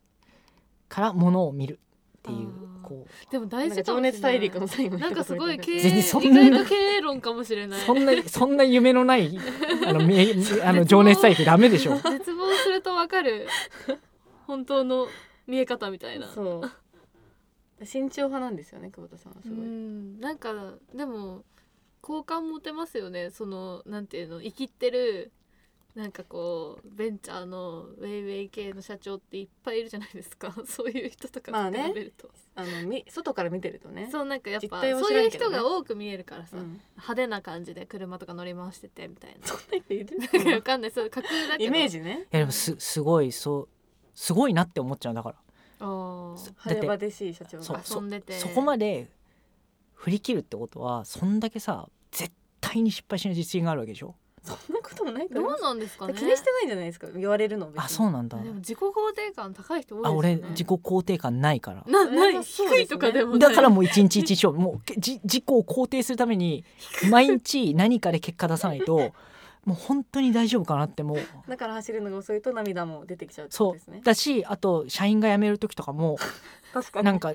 からものを見るっていう
あー
こ
でも大
なんか
事かもしれない
情熱大陸の最後の
なんかすごい
一
経
言み
営
全然
意
そんな
外と経営論かもしれ
う
ない
そんなそんな夢のないあのめ <laughs> あの情熱大陸ダメでしょ
絶望するとわかる本当の見え方みたい
たい
な
なそう慎重派なんですよね久保田さんはす
う
ごい
んなんかでも好感持てますよねそのなんていうの生きってるなんかこうベンチャーのウェイウェイ系の社長っていっぱいいるじゃないですか <laughs> そういう人とか
まあ
と
ね
比べると、
あのみ外から見てるとね
そうなんかやっぱ、
実態は
そ
知
う
ら
い
ん
う
けど
人
ね
が多く見えるからさ、
うん
派手な感じで車とか乗り回しててみたいな
そんな人いる
なんかわかんないそう架空だけど
イメージね
いやでもすすごいそうすごいなって思っちゃうだから
あー
だって
晴れ晴れしい社長
そ
が
うそ
遊んでて
そこまで振り切るってことはそんだけさ絶対に失敗しない実績があるわけでしょ
そんなこともないと
ど
思いうます
なんですかね
気にしてないんじゃないですか言われるの別に
あそうなんだ
でも自己肯定感高い人多いです
あ
よ
俺
ね
自己肯定感ないから
な
それは
ない
そうですね
低いとかでもない
だからもう一日一勝負もうけじ自己を肯定するために毎日何かで結果出さないともう本当に大丈夫かなってもう
だから走るのが遅いと涙も出てきちゃうってこと
そ
ですね
うだしあと社員が辞める時とかも
確かに
なんか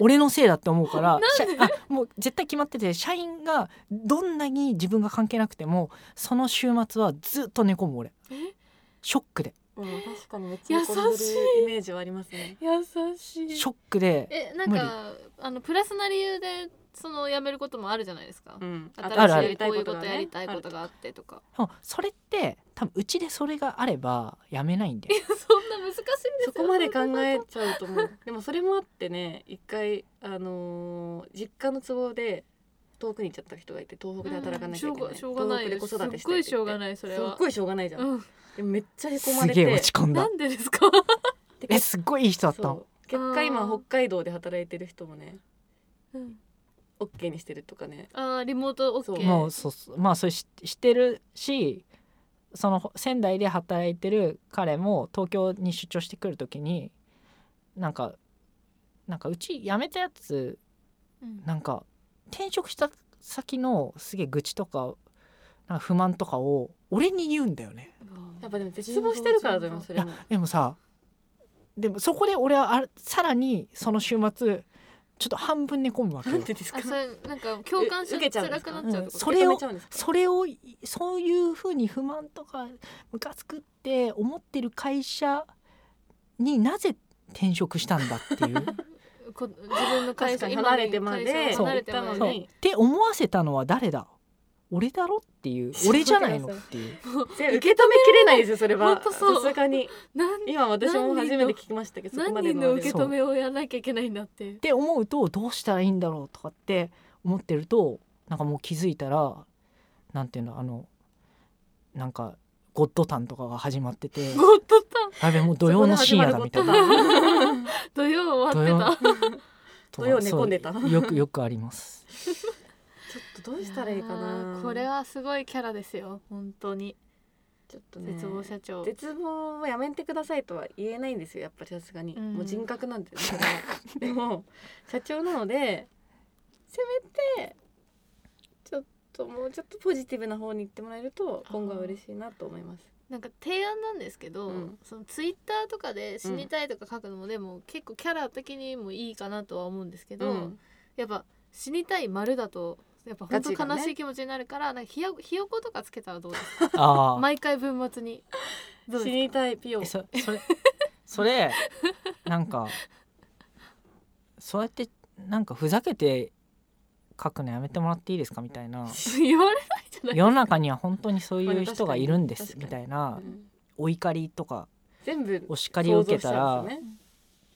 俺のせいだって思うから社あもう絶対決まってて社員がどんなに自分が関係なくてもその週末はずっと寝込む俺
え
ショックで
うん、確かにめっちゃ喜んでる
優し
イメージはありますね
優し
ショックで
えなんかあのプラスな理由でその辞めることもあるじゃないですか、
うん
あるあ
新
る
しいこういうことやりたい
あ
こ
る
とがあってとか
でもそれって多分うちでそれがあればやめないんで
そんな難しいんですよ
そこまで考えちゃうと思うでもそれもあってね一回あのー実家の都合で遠くに行っちゃった人がいて東北で働かなきゃいけない、
うんしょうがしょうがない
東北で
です
子
す
育
って
して
すっごいしょうが
い
ないそ
そ
れ
すっ
は
ごいしょうがないじゃん、
うん、
でもめっちゃへこますれ
げ
て
え落ち込ん
な
だ
んでですか
で
えすっごいいい人だった
そ
の
う結果
あ
今
ー
北海道で働いてる人もね
うん
オッケーにしてるとかね
あーリモート OK
そう
もうそうそうまあそれししてるしその仙台で働いてる彼も東京に出張してくる時になんかなんかうち辞めたやつ
うん
なんか転職した先のすげえ愚痴とかなんか不満とかを俺に言うんだよね
やっぱでも絶望してるからだと思いますそ
い
れ
や
も
でもさでもそこで俺はあさらにその週末ちょっと半分寝込むわけ
な
よ
んでですか
あそれなんか共感し
受けちゃうん
辛
ですか
くなっちゃうってこと、
それを
受け止めちゃうんですか
それをいそういうふうに不満とかムカつくって思ってる会社になぜ転職したんだっていう
こ自分の会社
確かに
今の
離れてまで
会社
そう
離れてまで
そうって思わせたのは誰だ俺だろっていう俺じゃないのっていう
受け止めきれないですよそれは
本当そう
さすがに
なん
今私も初めて聞きましたけどそこま
何
で
人の受け
け
止めをやらなきゃいけないんだって
って思うとどうしたらいいんだろうとかって思ってるとなんかもう気づいたらなんていうのあのなんかゴッドタンとかが始まってて
<laughs>
ゴッドタン
あべもう土曜の深夜だみたいな
土曜終わってた
と
土曜寝込んで
<laughs> そ
た
うよくよくあります
<laughs> ちょっとどうしたらいいか
や
な
ーこれはすごいキャラですよ本当に
ちょっとね
絶望社長
絶望をやめてくださいとは言えないんですよやっぱりさすがに、
うん
もう人格なんて、ね、それは <laughs> でも社長なのでせめてちょっともうちょっとポジティブな方に行ってもらえると今後は嬉しいなと思います
なんか提案なんですけど、
うん
そのツイッターとかで死にたいとか書くのもでも結構キャラ的にもいいかなとは思うんですけど、
うん
やっぱ死にたい丸だとやっぱ本
ガチが
当
ね
悲しい気持ちになるから、なんかひよひよことかつけたらどうですか
<laughs>
ああ
毎回文末に <laughs> どう
死
です
にたいピオ
えそそれそれなんかそうやってなんかふざけて書くのやめてもらっていいですかみたいな
か言われないじゃない
世の中には本当にそういう人がいるんです
<laughs> 確か
み
に
たいうなんお怒りとか
全部
お叱りを受けたら
想像しちゃうんですよね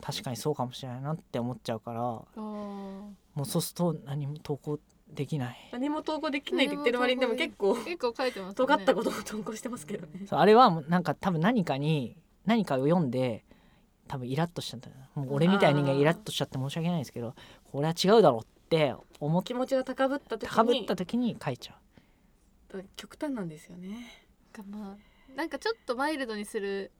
確かにそうかもしれないなって思っちゃうからも
あー
うそうすると何も投稿できない
何も投稿できないって言ってる割にでも結構
結構書いてますね
尖ったことを投稿してますけどね
そうあれはもうなんか多分何かに何かを読んで多分イラッとしちゃったもう俺みたいな人間イラッとしちゃって申し訳ないですけどこれは違うだろうって思って
気持ちが高ぶった時に
高ぶった時に書いちゃう。
極端なんですよね
なんかまあなんかちょっとマイルドにする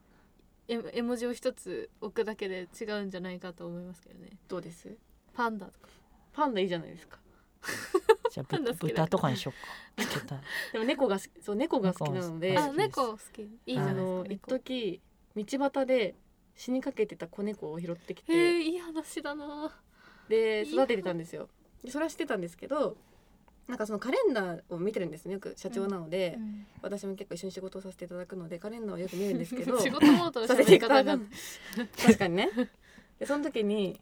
絵絵文字を一つ置くだけで違うんじゃないかと思いますけどね
どうです
パンダとか
パンダいいじゃないですか
じゃあ
なんだ
豚
好きだ
豚とかにしよっか。 <laughs> 豚
でも猫が好きそう猫が好きなので
え
あ
好きです
猫好きいいじゃ
あ
ない
の
で
一
すか猫
時道端で死にかけてた子猫を拾ってき
へ
て
えいい話だな
で育ててたんですよでそれはしてたんですけどなんかそのカレンダーを見てるんですねよく社長なので、私も結構一緒に仕事をさせていただくのでカレンダーをよく見るんですけど
<laughs> 仕事モードの
させ
喋
て
り
いただ
方 <laughs>
く
が
確かにねでその時に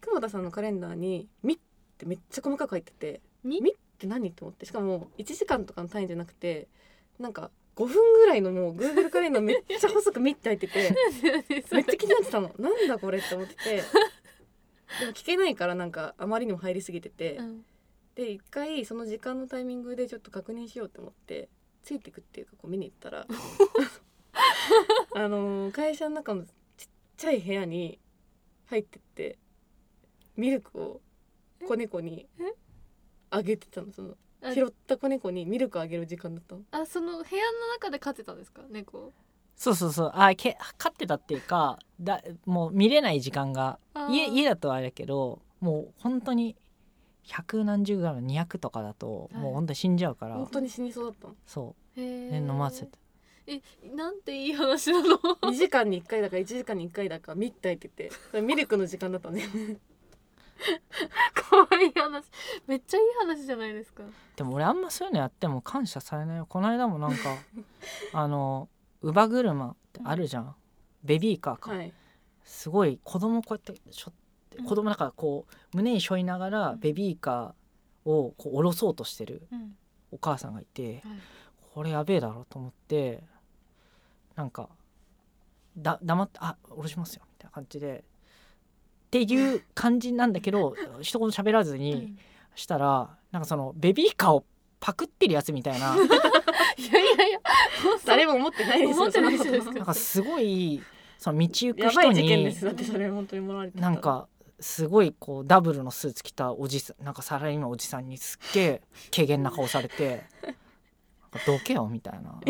久保田さんのカレンダーに「み」ってめっちゃ細かく入ってて
み
みって何と思ってしかも1時間とかの単位じゃなくてなんか5分ぐらいのもう Google カレンダーめっちゃ細く「み」っ
<laughs>
て入っててめっちゃ気になってたのなんだこれって思っててでも聞けないからなんかあまりにも入りすぎてて、
うん
で一回その時間のタイミングでちょっと確認しようと思ってついてくっていうかこう見に行ったらあのー会社の中のちっちゃい部屋に入ってってミルクを子猫に
え
あげてたのその
あ
拾った子猫にミルクあげる時間だったの
あその部屋の中で飼ってたんですか猫
そうそうそうあけ飼ってたっていうかだもう見れない時間が
あー
家家だとあれだけどもう本当に百何十グラム200とかだと、
はい
もう本当に死んじゃうから、
本当に死にそうだったの
そ
へ
う、
え
ね、飲ませて
えなんていい話なの
2時間に1回だか1時間に1回だかミッて入っててそれミルクの時間だったのね
可愛い話めっちゃいい話じゃないですか
でも俺あんまそういうのやっても感謝されないよこの間もなん
<laughs>
かあの乳母車ってあるじゃん、ベビーカーか、
はい
すごい子供こうやってしょって
うん
子供だからこう胸に背負いながら
うん
ベビーカーをこう下ろそうとしてる
うん
お母さんがいて
はい
これやべえだろと思ってなんかだ黙って「あ下ろしますよ」みたいな感じでっていう感じなんだけ
<laughs>
ど一言喋らず
う
に
ん
したらなんかそのベビーカーをパクってるやつみ
<laughs>
たいな
いやいやいや
誰も思ってないです
思
よ
ってないじゃ
そん
ないです
なこと
な
か
んかすごいその道行く
やば
人
い事件で
に
すだってそれ本当にもらわれてた
なんかすごいこうダブルのスーツ着たおじさんなんかサラリーマンおじさんにすっげえ軽減な顔されて「なんかどけよ」みたいななん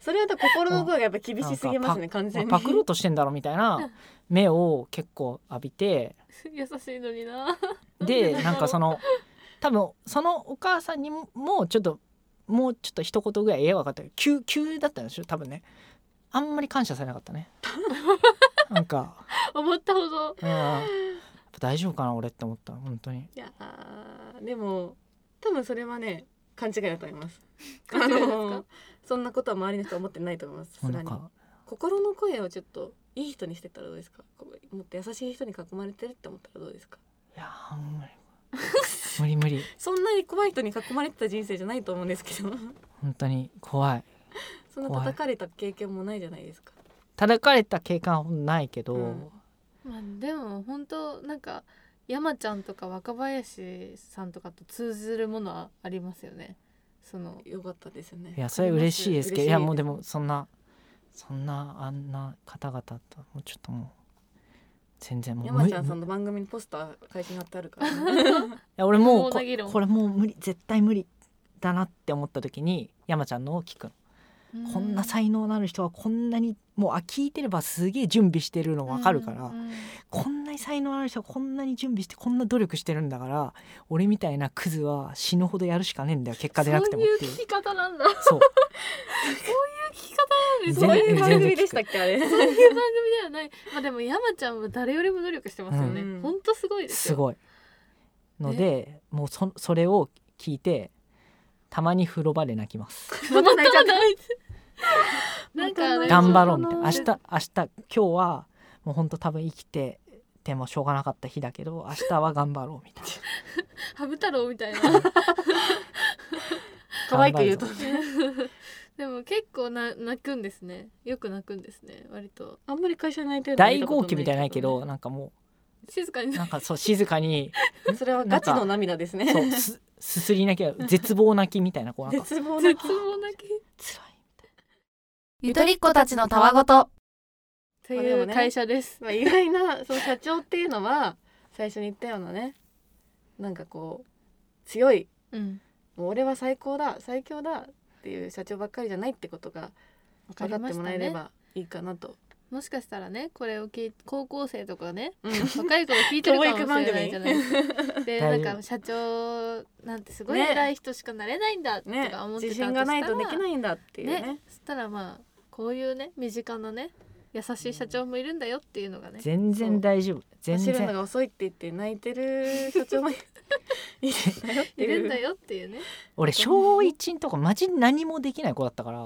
それはだから心の声がやっぱ厳しすぎますね完全
か
に
パクろうとしてんだろみたいな目を結構浴びて
<laughs> 優しいのにな <laughs>
でなんかその多分そのお母さんにももうちょっともうちょっと一言ぐらい言えば分かったけど急急だったんでしょ多分ねあんまり感謝されなかった
<laughs>
ねなんか
思ったほど
うんやっぱ大丈夫かな俺って思った本当に
いやーでも多分それはね勘違いだと思います
勘違いですか
ーそんなことは周りの人は思ってないと思いますさ
もう
す
な
が
ん
に
か
心の声をちょっといい人にしてったらどうですかこうもっと優しい人に囲まれてるって思ったらどうですか
いやー無理無理無理
そんなに怖い人に囲まれてた人生じゃないと思うんです
<laughs>
けど
本当に怖い
そんな叩かれた経験もないじゃないですか
叩かれた経験はないけど、
うん
まあ、でも本当なんか山ちゃんとか若林さんとかと通ずるものはありますよねその
よかったですね
いやそれ嬉しいですけどい
嬉しい
やもうでもそんなそんなあんな方々ともうちょっともう全然もう
山
無理
ちゃんさん
い
の番組にポスター会社に貼ってあるからね、
や俺も
不毛
うこ
な議論
これもう無理絶対無理だなって思った時に山ちゃんのを聞くの、こんな才能のある人はこんなにもうあ聞いてればすげえ準備してるの分かるから、
うんうん
こんなに才能のある人はこんなに準備してこんな努力してるんだから俺みたいなクズは死ぬほどやるしかねえんだよ結果出なくてもって
そう
いう
いう聞き方なんだ。そう
そう
いう聞き方なんです
全
そう
ね。
いう番組でしたっけあれ
そういう番組ではない。まあでも山ちゃんは誰よりも努力してますよ
う
ね。
ん
本当すごいです
す
よ。
ごいのでもうそそれを聞いてたまに風呂場で泣きます
また泣いちゃ <laughs> った。なんかね
頑張ろうみたいな明
そ
日明日今日はもうほんと多分生きててもしょうがなかった日だけど明日は頑張ろうみたいな
のハブ太郎みたいな。
可愛く言うと
<laughs> でも結構な泣くんですね。よく泣くんですね。割と
あんまり会社に泣いてるの見
大
た
号
こと
泣みたいなのないけどなんかも
静かに
う
泣
なんかそう静かに
それはガチの涙ですね
そうすすすり泣きは絶望泣きみたいなこうなんか
<laughs> 絶望
く
な
絶望泣き
辛い
ゆとりっ子たちのたわごと
という会社です。
まあ、意外なその社長っていうのは最初に言ったようなねなんかこう強い
うん。
もう俺は最高だ最強だっていう社長ばっかりじゃないってことが
わか
分
り
かっ
ま
て
した
もらえれ
ね。
ばいいかなと。
もしかしたらね、これを聞い高校生とかね、 <laughs>
うん
若い頃聞いてるかもしれないじゃ
<laughs>
ないでな
大
ん
丈夫
か社長なんてすごい
ね
偉い人しかなれないんだと
ね
か思ってたとしたら、
自信がないとできないんだっていうね
ねそしたらまあこういうね身近なね優しい社長もいるんだよっていうのがね
全然大丈夫全
走るの
然
が遅いって言って泣いてる社長もいるんだよって
<laughs> い
いう
るんだよっていうね
俺小一のとこマジ何もできない子だったから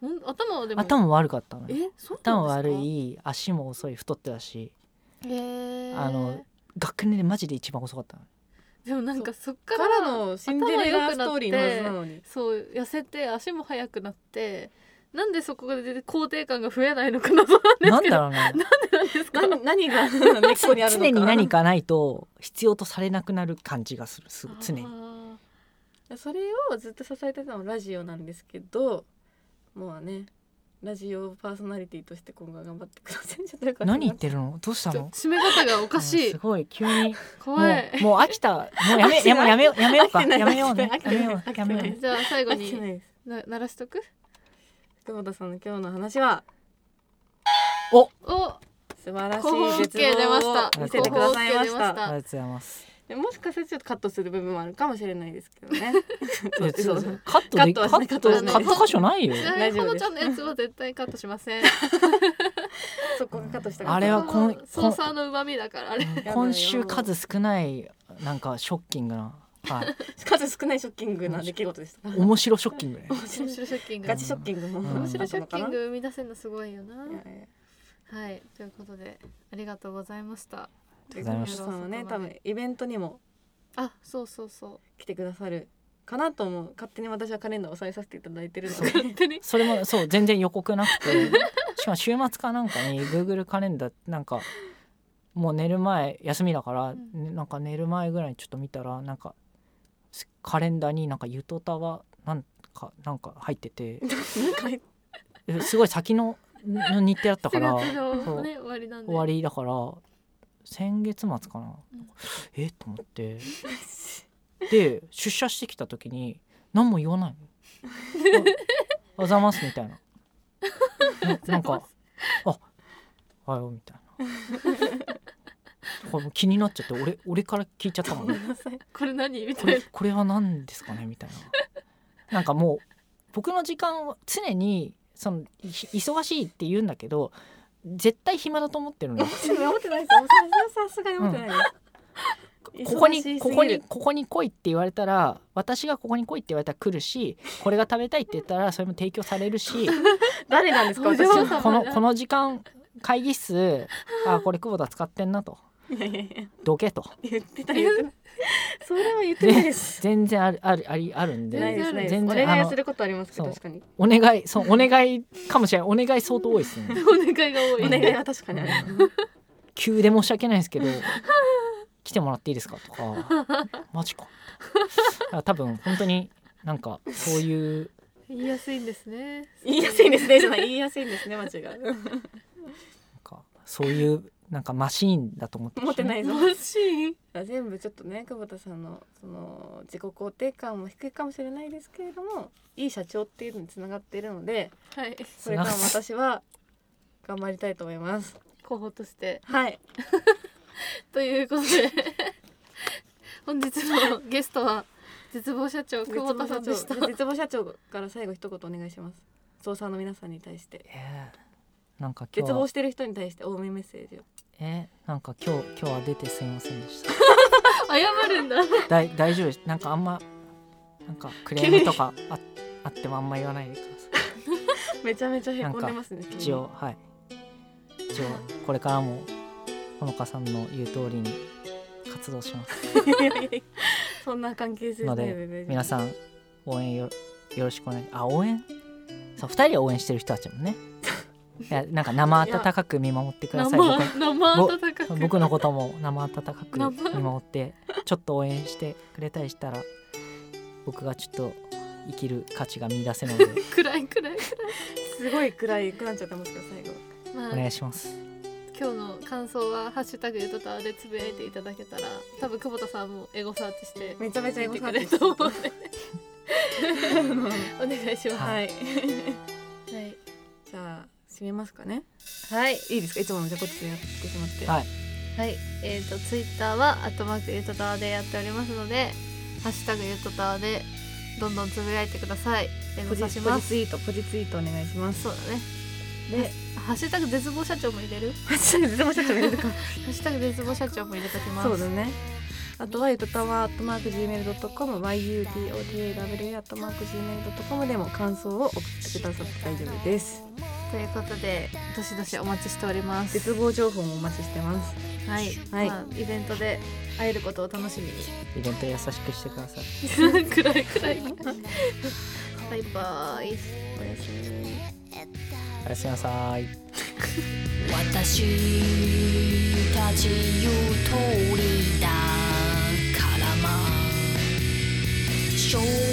ほん頭をでも
頭悪かったのよ
えそう
頭
なん
悪
ですか
い足も遅い太ってたし
へえ
あの学年でマジで一番遅かったの
でもなんかそっか
かららのシンデレラストーリーのはずな
頭
のに
そう痩せて足も速くなってなんでそこで肯定感が増えないのかなとな
なんん
ですけど
だろうね
なんですか
何何が <laughs> 根っこにあるのか
常に何かないと必要とされなくなる感じがするすごい常に
あ
それをずっと支えてたのはラジオなんですけどもうねラジオパーソナリティとして今後は頑張ってくださいちょっとよくわかんな
何
い
言ってるのどうし
ー
た
ちょ
の
締め方がおかし
うん
い
すごい急にもう
怖い
もう飽き
<laughs>
たもうやめ
飽きて
や
ない
めやめようやめようか
飽きてない
やめようね
飽き
や
てない
めよう
飽きて
や
ない
めよう
じゃあ最後
<laughs>
飽きて
に
ないです
な鳴らしとく
久保田さんの今日の話は
お
素晴ら
広
し
報
い
OK
絶
出まし
望
た
を見せてくださいまし
広報 OK 出ましたた
ありがとうございます
でもしかするとちょっとカットする部分もあるかもしれないですけど
<laughs>
ね
いや
嘘
ちょ
嘘
カットで
カ
カ
ットはしない
ッ
カ
ト
ット
はしな
カ
い
ット箇所ないよ
ちなみ
大
に
丈
こ
夫
の
です
ちゃんのやつは絶対カットしません
そこがカットした
あれはこん
ソーサーの旨味だからあれ
よ
今週数少ないなんかショッキングな、はい、
数少ないショッキングな出来事でした面
面白ショッキングね
面
白い
白ショッキング
ガチショッキングも
うん
面白ショッキン
い
グ生み出せるのすごいよな
やいや
はいということでありがとうございました
ありがとうございま
久
し
保田さんはね多分イベントにも
あそうそうそう
来てくださるかなと思う勝手に私はカレンダーを押さえさせていただいてるので
勝手に
それもそう全然予告なくて <laughs> しかも週末かなんかに Google カレンダーなんかもう寝る前休みだから、
ん
ねなんか寝る前ぐらいにちょっと見たらなんかすカレンダーになんかゆとたわなんかなんか入ってて
<laughs>
なんか
えすごい先のの日程だったか
4
ら
月
そ
の
う
ね終わりなんで
終わりだから先月末かな、
うん
えと思ってで出社してきた時に何も言わ
<laughs>
ないのあ「おはざいます」みたいなななんか「あおはよう」みたいなこれもう気になっちゃって俺俺から聞いちゃったもん
ごめ
ね
んなさい
<laughs> これ何みた
こ
いな
れこれは何ですかねみたいななんかもう僕の時間を常にそのい忙しいって言うんだけど絶対暇だと思って
<laughs>
るのよ
でも読めてないですよ。さすが読めてないです。
ここ
忙しすぎる
にここにここに来いって言われたら私がここに来いって言われたら来るしこれが食べたいって言ったらそれも提供されるし
誰なんですか <laughs>
お
私
嬢様
は。
だ
このこの時間会
<laughs>
議室あこれ久保田使ってんなと
いやいやいや
どけと
言ってた言ってたそれは言ってないです
全然あるあるありあるんで
ないですないです
全
お
然
願
あ
い
の
することありますけど
そう
確かに
お願いそうお願いかもしれないお願い相当多いですね
<laughs>
<laughs>
お願いが多
お
い
願いは確かにあります
急で申し訳ないですけど来てもらっていいですかとかマジかだから多分本当になんかそういう
言いやすいんですね
言いやすいんですねじゃない言いやすいんですね間違い
なんかそういうなんかマシーンだと思っ
<laughs>
て
持ってない
<laughs>
ぞ
マシン
全部ちょっとね久保田さんのその自己肯定感も低いかもしれないですけれどもいい社長っていうのにつながっているので
はい
これからも私は頑張りたいと思います <laughs>
候補として
はい
ということで本日のゲストは絶望社長久保田さんでした
絶望社長から最後一言お願いします総さんの皆さんに対して
えーなんか今日
絶望
は
してる人に対して多めメッセージを
えーなんか今日今日は出てすいませんでした
謝るんだ
だい大丈夫ですなんかあんまなんかクレームとかああってもあんま言わないでくださ
めちゃめちゃへこんでますね
い一応はい一応これからもほのかさんの言う通りに活動します
急にいやいやいやそんな関係性ない
の
で
皆
さ
さん応援よよろしくお願いあ応援そう2人を応援してる人たちもねいやなんか生温かく見守ってください
生生温か
僕
く
僕のことも生温かく
生
見守ってちょっと応援してくれたりしたら僕がちょっと生きる価値が見出せるので
暗い暗い
すごい暗いくなっちゃってますけど最後
まあ
お願いします
今日の感想は「ハッシュタグゆとたわ」でつぶやいていただけたら多分久保田さんもエゴサーチして
めちゃめちゃエ
見
ゴ
てくれ
サーチ
る
して
と思うのでお願いしま
<laughs> はい
すはい
じゃあ締めますかね
はい
いいですかいつものじゃこっちやってしまって
はい
はい、えっ、とツイッターはアットマークゆとたわでやっておりますので、ハッシュタグゆとたわでどんどんつぶやいてください。連
ポジ
絡しま
ポジ
す。
ツイートポジツイートお願いします
そうだね。
で
ハッシュタグ絶望社長も入れる？
ハッシュタグでも社長がいるか
ハッシュタグ絶望社長も入れときます。
そうだねあとはゆとたわアットマーク Gmail.com yutotawa アットマーク Gmail.com でも感想を送ってくださって大丈夫です
ということで、どしどしお待ちしております。
絶望情報もお待ちしてます
はい、
はい
まあイベントで会えることを楽しみに。
イベント優しくしてください
くらいくらい。バイバイ。おやすみ。
おやすみなさい
私たち言う通りだからまあしょう